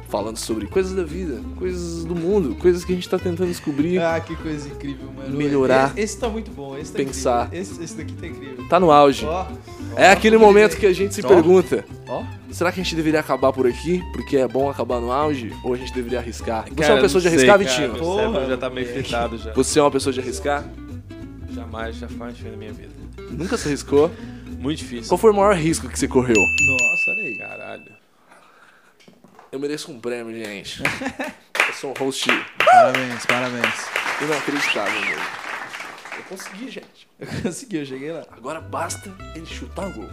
falando sobre coisas da vida, coisas do mundo, coisas que a gente tá tentando descobrir.
Ah, que coisa incrível, mano.
Melhorar.
Esse, esse tá muito bom, esse tá
Pensar.
incrível. Esse, esse daqui tá incrível.
Tá no auge.
Ó,
É aquele momento que a gente se pergunta:
Ó.
será que a gente deveria acabar por aqui? Porque é bom acabar no auge? Ou a gente deveria arriscar? Você
Cara,
é uma pessoa de
não sei,
arriscar,
cara,
Vitinho?
Meu cérebro já tá meio fritado já.
Você é uma pessoa de arriscar?
Jamais já faz feio na minha vida.
Nunca se arriscou?
Muito difícil.
Qual foi o maior risco que você correu?
nossa, olha aí.
Caralho.
Eu mereço um prêmio, gente. Eu sou um host
Parabéns, parabéns.
inacreditável, meu. Eu consegui, gente.
Eu consegui, eu cheguei lá.
Agora basta ele chutar o gol.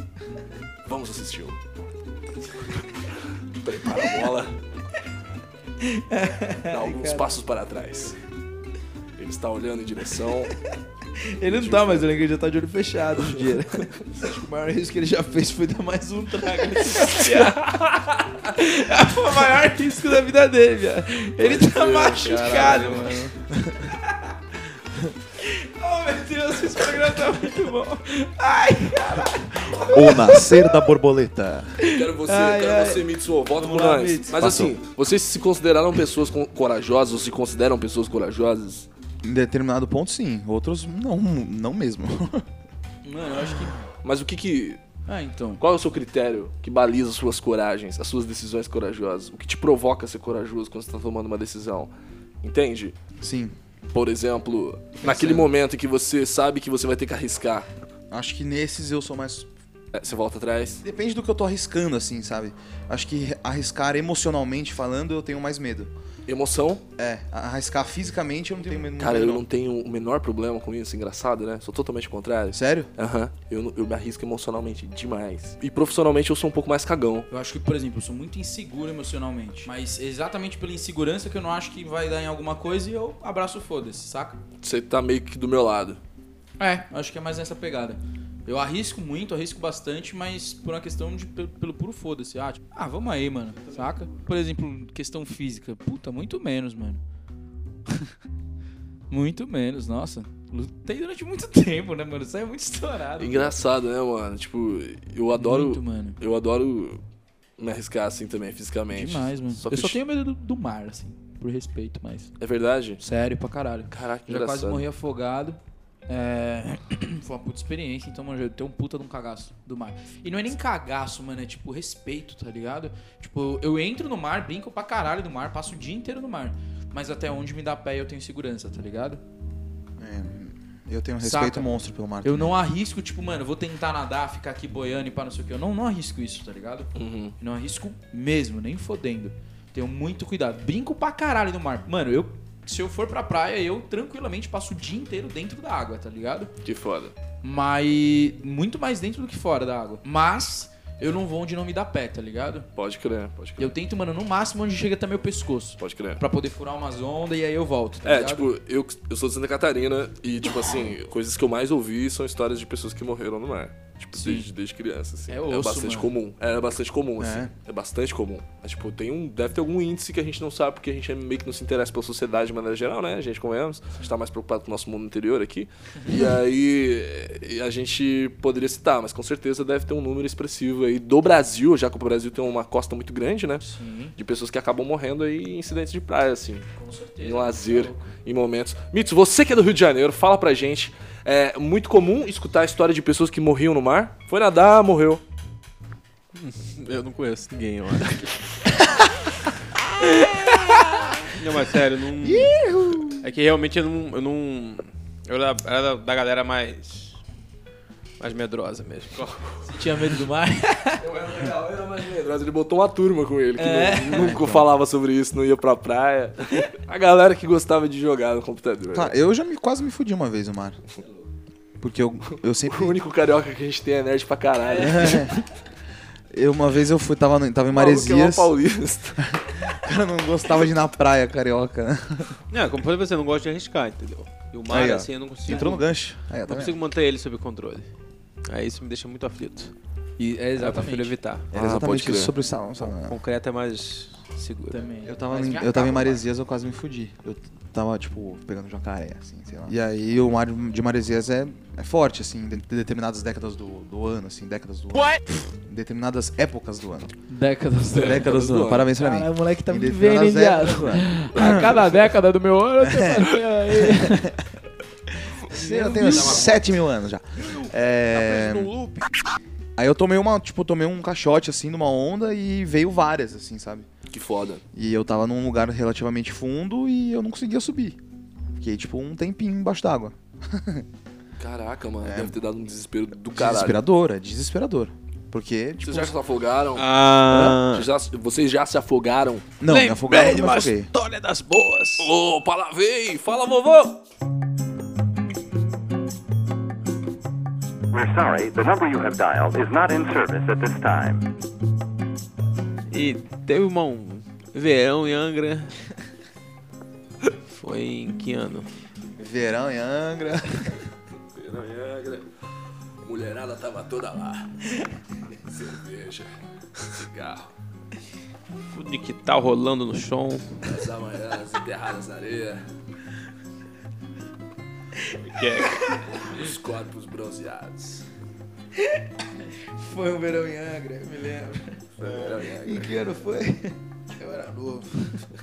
Vamos assistir. Prepara a bola. Dá alguns passos para trás. Ele está olhando em direção.
Ele não tá mais olhando que ele já tá de olho fechado hoje em dia. né? Acho que o maior risco que ele já fez foi dar mais um trago. é o maior risco da vida dele, viado. Ele tá machucado, mano. Oh, tá
O nascer da borboleta.
Quero você, quero você, Mitsu. Volta com
Vamos lá,
nós.
Mitsu.
Mas
Passou.
assim, vocês se consideraram pessoas co- corajosas ou se consideram pessoas corajosas?
Em determinado ponto, sim. Outros, não, não mesmo.
Mano, eu acho que.
Mas o que que...
Ah, então.
Qual é o seu critério que baliza as suas coragens, as suas decisões corajosas? O que te provoca ser corajoso quando você tá tomando uma decisão? Entende?
Sim.
Por exemplo, naquele momento em que você sabe que você vai ter que arriscar,
Acho que nesses eu sou mais.
é, você volta atrás.
Depende do que eu tô arriscando, assim, sabe? Acho que arriscar emocionalmente falando, eu tenho mais medo.
Emoção,
É, arriscar fisicamente eu não tenho medo.
cara, eu
muito,
não tenho o menor problema com isso, engraçado, né? Sou totalmente contrário.
Sério?
Aham, eu, não- eu me arrisco emocionalmente demais. E profissionalmente eu sou um pouco mais cagão.
Eu acho que, por exemplo, eu sou muito inseguro emocionalmente. Mas é exatamente pela insegurança que eu não acho que vai dar em alguma coisa e eu abraço o foda-se, saca?
Você tá meio que do meu lado.
É, eu acho que é mais nessa pegada. Eu arrisco muito, arrisco bastante, mas por uma questão de pe- pelo puro foda-se. Ah, tipo, ah, vamos aí, mano. Saca? Por exemplo, questão física. Puta, muito menos, mano. muito menos, nossa. Lutei durante muito tempo, né, mano? Isso aí é muito estourado.
Engraçado, né, mano? Tipo, eu adoro.
Muito, mano.
Eu adoro me arriscar assim também, fisicamente.
Demais, mano.
Só que
eu só
ch-
tenho medo do, do mar, assim. Por respeito, mas.
É verdade?
Sério pra caralho.
Caraca, que
Já quase
engraçado.
morri afogado. É... Foi uma puta experiência, então, mano, eu tenho um puta de um cagaço do mar. E não é nem cagaço, mano, é tipo respeito, tá ligado? Tipo, eu entro no mar, brinco pra caralho do mar, passo o dia inteiro no mar. Mas até onde me dá pé eu tenho segurança, tá ligado?
É, eu tenho um respeito
Saca?
monstro pelo Marco.
Eu não arrisco, tipo, mano, vou tentar nadar, ficar aqui boiando e pá, não sei o que. Eu não, não arrisco isso, tá ligado?
Uhum.
Não arrisco mesmo, nem fodendo. Tenho muito cuidado. Brinco pra caralho no mar. Mano, eu. Se eu for pra praia, eu tranquilamente passo o dia inteiro dentro da água, tá ligado?
Que foda.
Mas. Muito mais dentro do que fora da água. Mas. Eu não vou onde não me dá pé, tá ligado?
Pode crer, pode
Eu
crer.
tento, mano, no máximo onde chega até meu pescoço.
Pode crer.
Pra poder furar umas ondas e aí eu volto, tá
É,
ligado?
tipo, eu, eu sou de Santa Catarina e, tipo assim, coisas que eu mais ouvi são histórias de pessoas que morreram no mar. Tipo,
Sim.
desde, desde criança, assim.
É osso,
bastante
mano.
comum. É, bastante comum, assim.
É.
É. bastante comum. Mas, tipo, tem um. Deve ter algum índice que a gente não sabe, porque a gente é meio que não se interessa pela sociedade de maneira geral, né? A gente, convenhamos. A gente tá mais preocupado com o nosso mundo interior aqui. E aí. e A gente poderia citar, mas com certeza deve ter um número expressivo aí do Brasil, já que o Brasil tem uma costa muito grande, né?
Sim.
de pessoas que acabam morrendo aí em incidentes de praia, assim. Com certeza. Em lazer, em momentos. Mitsu, você que é do Rio de Janeiro, fala pra gente. É muito comum escutar a história de pessoas que morriam no mar. Foi nadar, morreu.
Eu não conheço ninguém, eu acho. não, mas sério, não. É que realmente eu não. Eu, não... eu era, era da galera mais. mais medrosa mesmo.
Você tinha medo do mar?
Ele botou uma turma com ele, que não- nunca falava sobre isso, não ia pra praia. A galera que gostava de jogar no computador.
Cara, Tá, eu já me, quase me fudi uma vez no mar. Porque eu, eu sempre.
O único carioca que a gente tem é nerd pra caralho.
Eu, uma vez eu fui, tava, no- tava em
O maluco É uma
Maresias. O
paulista.
cara não gostava de ir na praia carioca, né?
Não, é como eu falei pra você, eu não gosto de arriscar, entendeu? E o mar,
Aí, ó.
assim, eu não consigo.
Entrou no gancho. Aí, ó, tá
Não consigo
vendo?
manter ele sob controle. Aí isso me deixa muito aflito.
E, é
Eu prefiro evitar.
Era
Ah, pode
exatamente
crer.
isso sobre o salão. salão.
Concreto é mais seguro.
Também.
Eu tava,
Mas
em,
me
eu tava em
acaba,
Maresias, eu quase me fudi. Eu tava, tipo, pegando jacaré, assim, sei lá. E aí o mar de Maresias é, é forte, assim, em determinadas décadas do, do ano, assim, décadas do ano. Em determinadas épocas do ano.
Décadas.
Décadas do ano, parabéns pra mim.
Caralho, o moleque tá
Em
me vendo, hein,
determinadas épocas
viado?
do ano.
A cada década do meu ano, assim, eu tenho uma cena aí.
Eu tenho 7 mil anos já.
Tá
É... Aí eu tomei uma, tipo, tomei um caixote assim numa onda e veio várias, assim, sabe?
Que foda.
E eu tava num lugar relativamente fundo e eu não conseguia subir. Fiquei, tipo, um tempinho embaixo d'água.
Caraca, mano. Deve ter dado um desespero do caralho.
Desesperador, é desesperador. Porque, tipo.
Vocês já se afogaram?
Ah.
Vocês já- vocês já se afogaram?
Não, me afogava, me afoguei.
História das boas!
Ô, palavei! Fala, vovô!
We're sorry, the number you have dialed is not in service at this time.
E teve uma, um verão em Angra. Foi em que ano?
Verão em Angra.
é, Mulherada tava toda lá. Cerveja, cigarro,
Tudo de que tal rolando no chão.
as amanhãs enterradas na areia. é? Os corpos bronzeados.
Foi um verão em Angra, eu me lembro.
um
Em que ano foi? Eu era novo.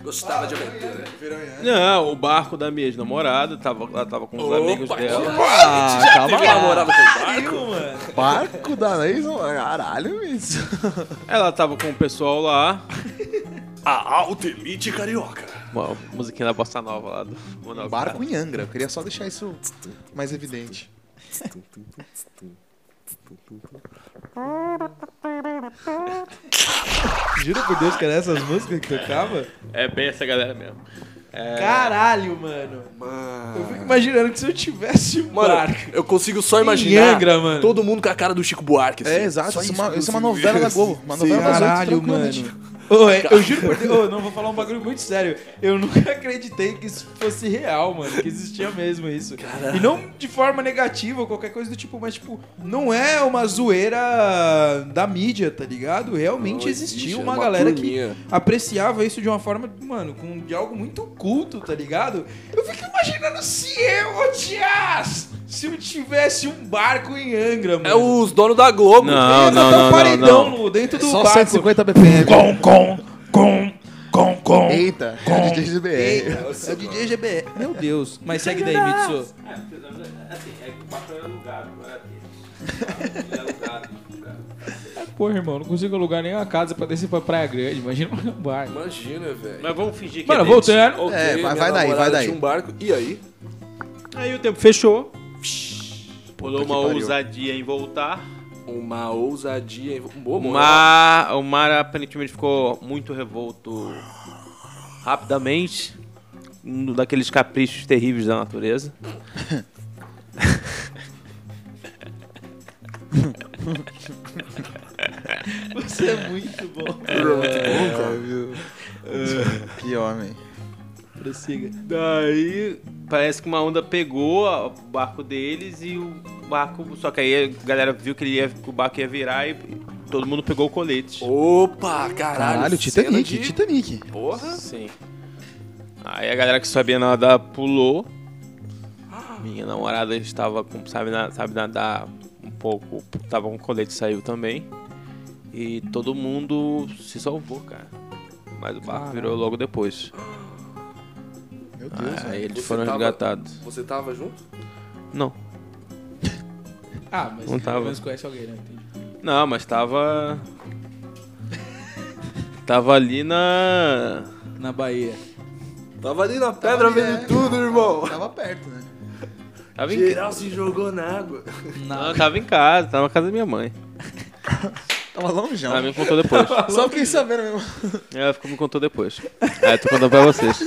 Gostava de aventura.
Verão em Angra.
Não, o barco da minha ex-namorada, tava, ela tava com os amigos dela.
Ah, tava
Ela
lá.
morava com o barco?
Barco da Leis, caralho, isso.
Ela tava com o pessoal lá,
A alta elite carioca.
uma musiquinha da bossa nova lá do Manoel.
Barco em Angra, eu queria só deixar isso mais evidente.
Jura por Deus que era essas músicas que tocava?
É bem essa galera mesmo. É,
Caralho, mano. Eu
Ah.
fico imaginando que se eu tivesse um
Ah. Mano,
barco.
eu consigo só imaginar
Angra, mano.
todo mundo com a cara do Chico Buarque. assim.
É, exato,
Só
isso, é uma-
que eu
isso é uma
consigo ver.
novela da Globo. Uma novela das oito,
Caralho, mano.
tranquilamente.
Ô, é, eu juro por Deus, ô, não vou falar um bagulho muito sério. Eu nunca acreditei que isso fosse real, mano. Que existia mesmo isso. E não de forma negativa ou qualquer coisa do tipo, mas tipo, não é uma zoeira da mídia, tá ligado? Realmente
Não
existia
existe, era
uma,
uma
galera
turminha.
que apreciava isso de uma forma, mano, com de algo muito culto, tá ligado? Eu fico imaginando se eu odiasse se eu tivesse um barco em Angra, mano.
É os donos da Globo.
Não,
Eu ia
não,
botar um
não, não,
paredão
não.
no- dentro do
Só
barco.
150 BPM.
Com, com, com, com, com.
Eita, com. DJ BR.
Eita, é o DJ GB. Meu Deus. Mas segue daí, Mitsu.
Porra, irmão, não consigo alugar nenhuma casa pra descer pra Praia Grande. Imagina um barco.
Imagina, velho.
Mas vamos fingir que
Mano,
é deles.
voltando.
Ok,
É, vai-
minha
vai daí, vai
namorada
daí.
Tinha um barco. E aí?
Aí o tempo fechou. Rolou uma
pariu.
ousadia em voltar.
Uma ousadia. em- Boa,
O
moral.
mar, o mar aparentemente ficou muito revolto rapidamente. Um daqueles caprichos terríveis da natureza.
Você é muito bom.
Que homem.
Prossiga. Daí parece que uma onda pegou a- o barco deles e o barco. Só que aí a galera viu que ele ia- que o barco ia virar e todo mundo pegou o colete.
Opa, caralho.
Caralho,
cena
Titanic,
de-
Titanic.
Porra.
Sim. Aí a galera que sabia nadar pulou. Minha namorada estava com. Sabe, na- sabe nadar um pouco. Tava com colete saiu também. E todo mundo se salvou, cara. Mas o barco virou logo depois.
Meu Deus,
Aí eles
Você
foram
tava-
resgatados.
Você tava junto?
Não.
Ah, mas
Não tava.
pelo menos conhece alguém, né? Entendi.
Não, mas tava. tava ali na.
Na Bahia.
Tava ali na pedra
ali,
vendo
é.
tudo, irmão.
Tava perto, né?
Tava em,
Geral se jogou na água.
não, tava em casa, tava na casa da minha mãe.
Tava longeão.
Ela me contou depois. É,
Só fiquei sabendo mesmo.
Ela ficou me contou depois. Aí eu tô contando pra vocês.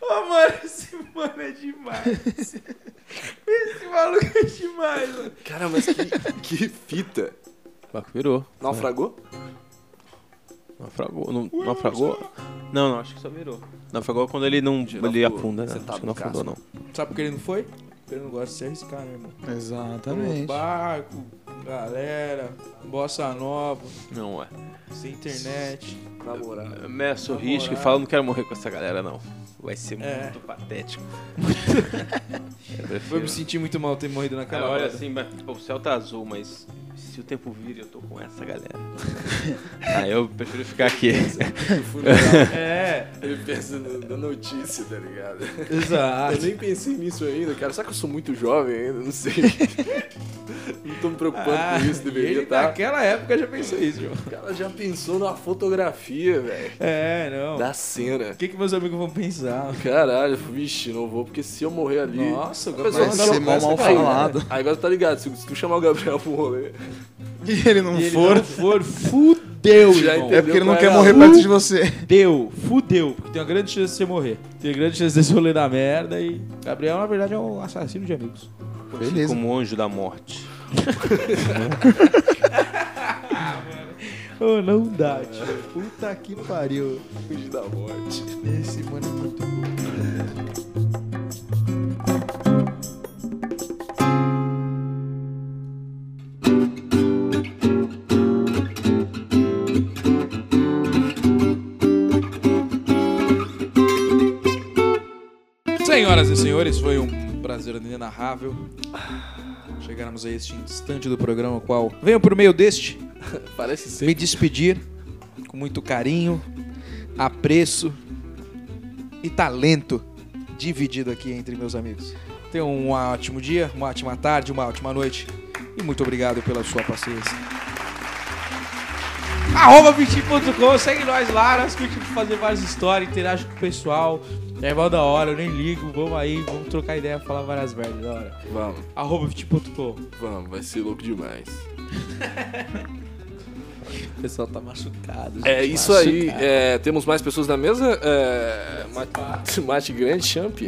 Ô, mano, esse mano é demais. Esse maluco é demais, mano.
Cara, mas que, que fita.
O barco virou.
Naufragou?
Naufragou. Não, naufragou? Não, não, acho que só virou. Naufragou quando ele não ele
Girafou.
afunda, né?
Você
Acho
tá
que
no
não afundou, não.
Sabe por que ele não foi? Porque ele não gosta de se arriscar, né, irmão?
Exatamente.
Barco, galera, bossa nova,
Não é.
sem internet.
Na moral.
Meço o
Na
risco e
moral.
fala, não é. quero morrer com essa galera, não. Vai ser
É.
muito patético. eu
Vou me
prefiro.
sentir muito mal ter morrido naquela
Cara, olha
hora.
assim, mas, pô, o céu tá azul, mas se o tempo vira, eu tô com essa galera. ah, eu prefiro ficar aqui.
É,
Ele pensa no- na notícia, tá ligado?
Tá.
Eu
exato.
nem pensei nisso ainda, cara. Será que eu sou muito jovem ainda? Não sei. Não tô me preocupando
Ah,
com isso, deveria tá
ele
tá
estar.
Naquela época já pensou isso, irmão.
O cara já pensou na fotografia, velho.
É, não.
Da cena.
O que, que meus amigos vão pensar?
Caralho, vixe, não vou, porque se eu morrer ali.
Nossa,
a pessoa
vai
vai dar
ser
loucura,
mal- mal
você cai, né?
falado.
Aí agora tu tá ligado, se, se tu chamar o Gabriel pro rolê,
E ele não
Se ele
for.
não for, fudeu,
Já
irmão.
entendeu
É porque ele não
qual
quer
é a
morrer
luz.
perto de você.
Fudeu, fudeu. Porque tem uma grande chance de você morrer. Tem grande chance desse rolê da merda e... Gabriel, na verdade, é um assassino de amigos.
Beleza.
Como um anjo da morte.
Oh, não dá, tio. Puta que pariu.
Fugiu da morte.
Esse mano é muito bom. Senhoras e senhores, foi um prazer inenarrável. Chegarmos a este instante do programa, qual venho por meio deste
Parece ser.
me despedir com muito carinho, apreço e talento dividido aqui entre meus amigos. Tenham um ótimo dia, uma ótima tarde, uma ótima noite e muito obrigado pela sua paciência.
Arroba Pitip.com, segue nós lá, nós curtimos fazer várias histórias, interage com o pessoal. É mal da hora, eu nem ligo, vamos aí, vamos trocar ideia, falar várias merdas da hora.
Vamos,
Arroba um Pitip.com.
vamos, vai ser louco demais.
O pessoal tá machucado.
É isso aí. é, temos mais pessoas na mesa? É, Mate, Mate Grande Champ.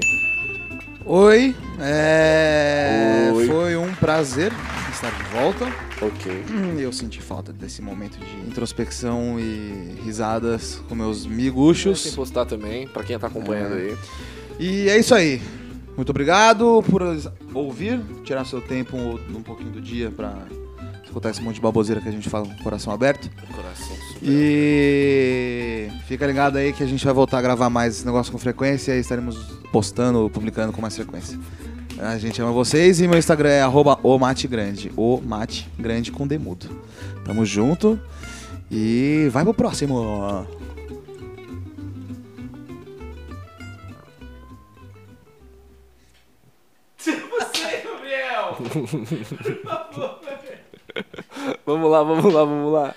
Oi, é,
Oi.
foi um prazer estar de volta.
Ok.
Hum, Eu senti falta desse momento de introspecção e risadas com meus miguxos.
Deixa eu postar também, pra quem tá acompanhando aí.
E é isso aí. Muito obrigado por ouvir, tirar seu tempo um, um pouquinho do dia pra escutar esse monte de baboseira que a gente fala com o coração aberto.
Coração
E fica ligado aí que a gente vai voltar a gravar mais esse negócio com frequência e estaremos postando, publicando com mais frequência. A gente ama vocês e meu Instagram é arroba o mate grande, o mate grande com demudo. Tamo junto e vai pro próximo.
Vamos lá, vamos lá, vamos lá.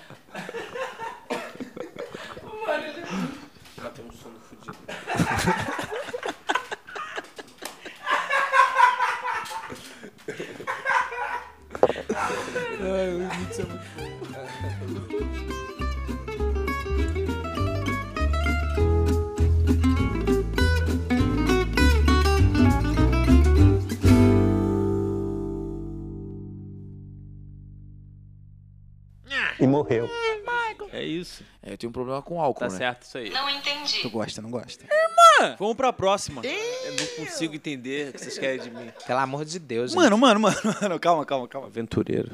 É isso.
É, eu tenho um problema com álcool,
Tá
né?
certo isso aí.
Tu gosta, não gosta?
Vamos pra próxima.
Eu não consigo entender o que vocês querem de mim.
Pelo amor de Deus,
Mano, mano, mano, mano, calma, calma, calma.
Aventureiro.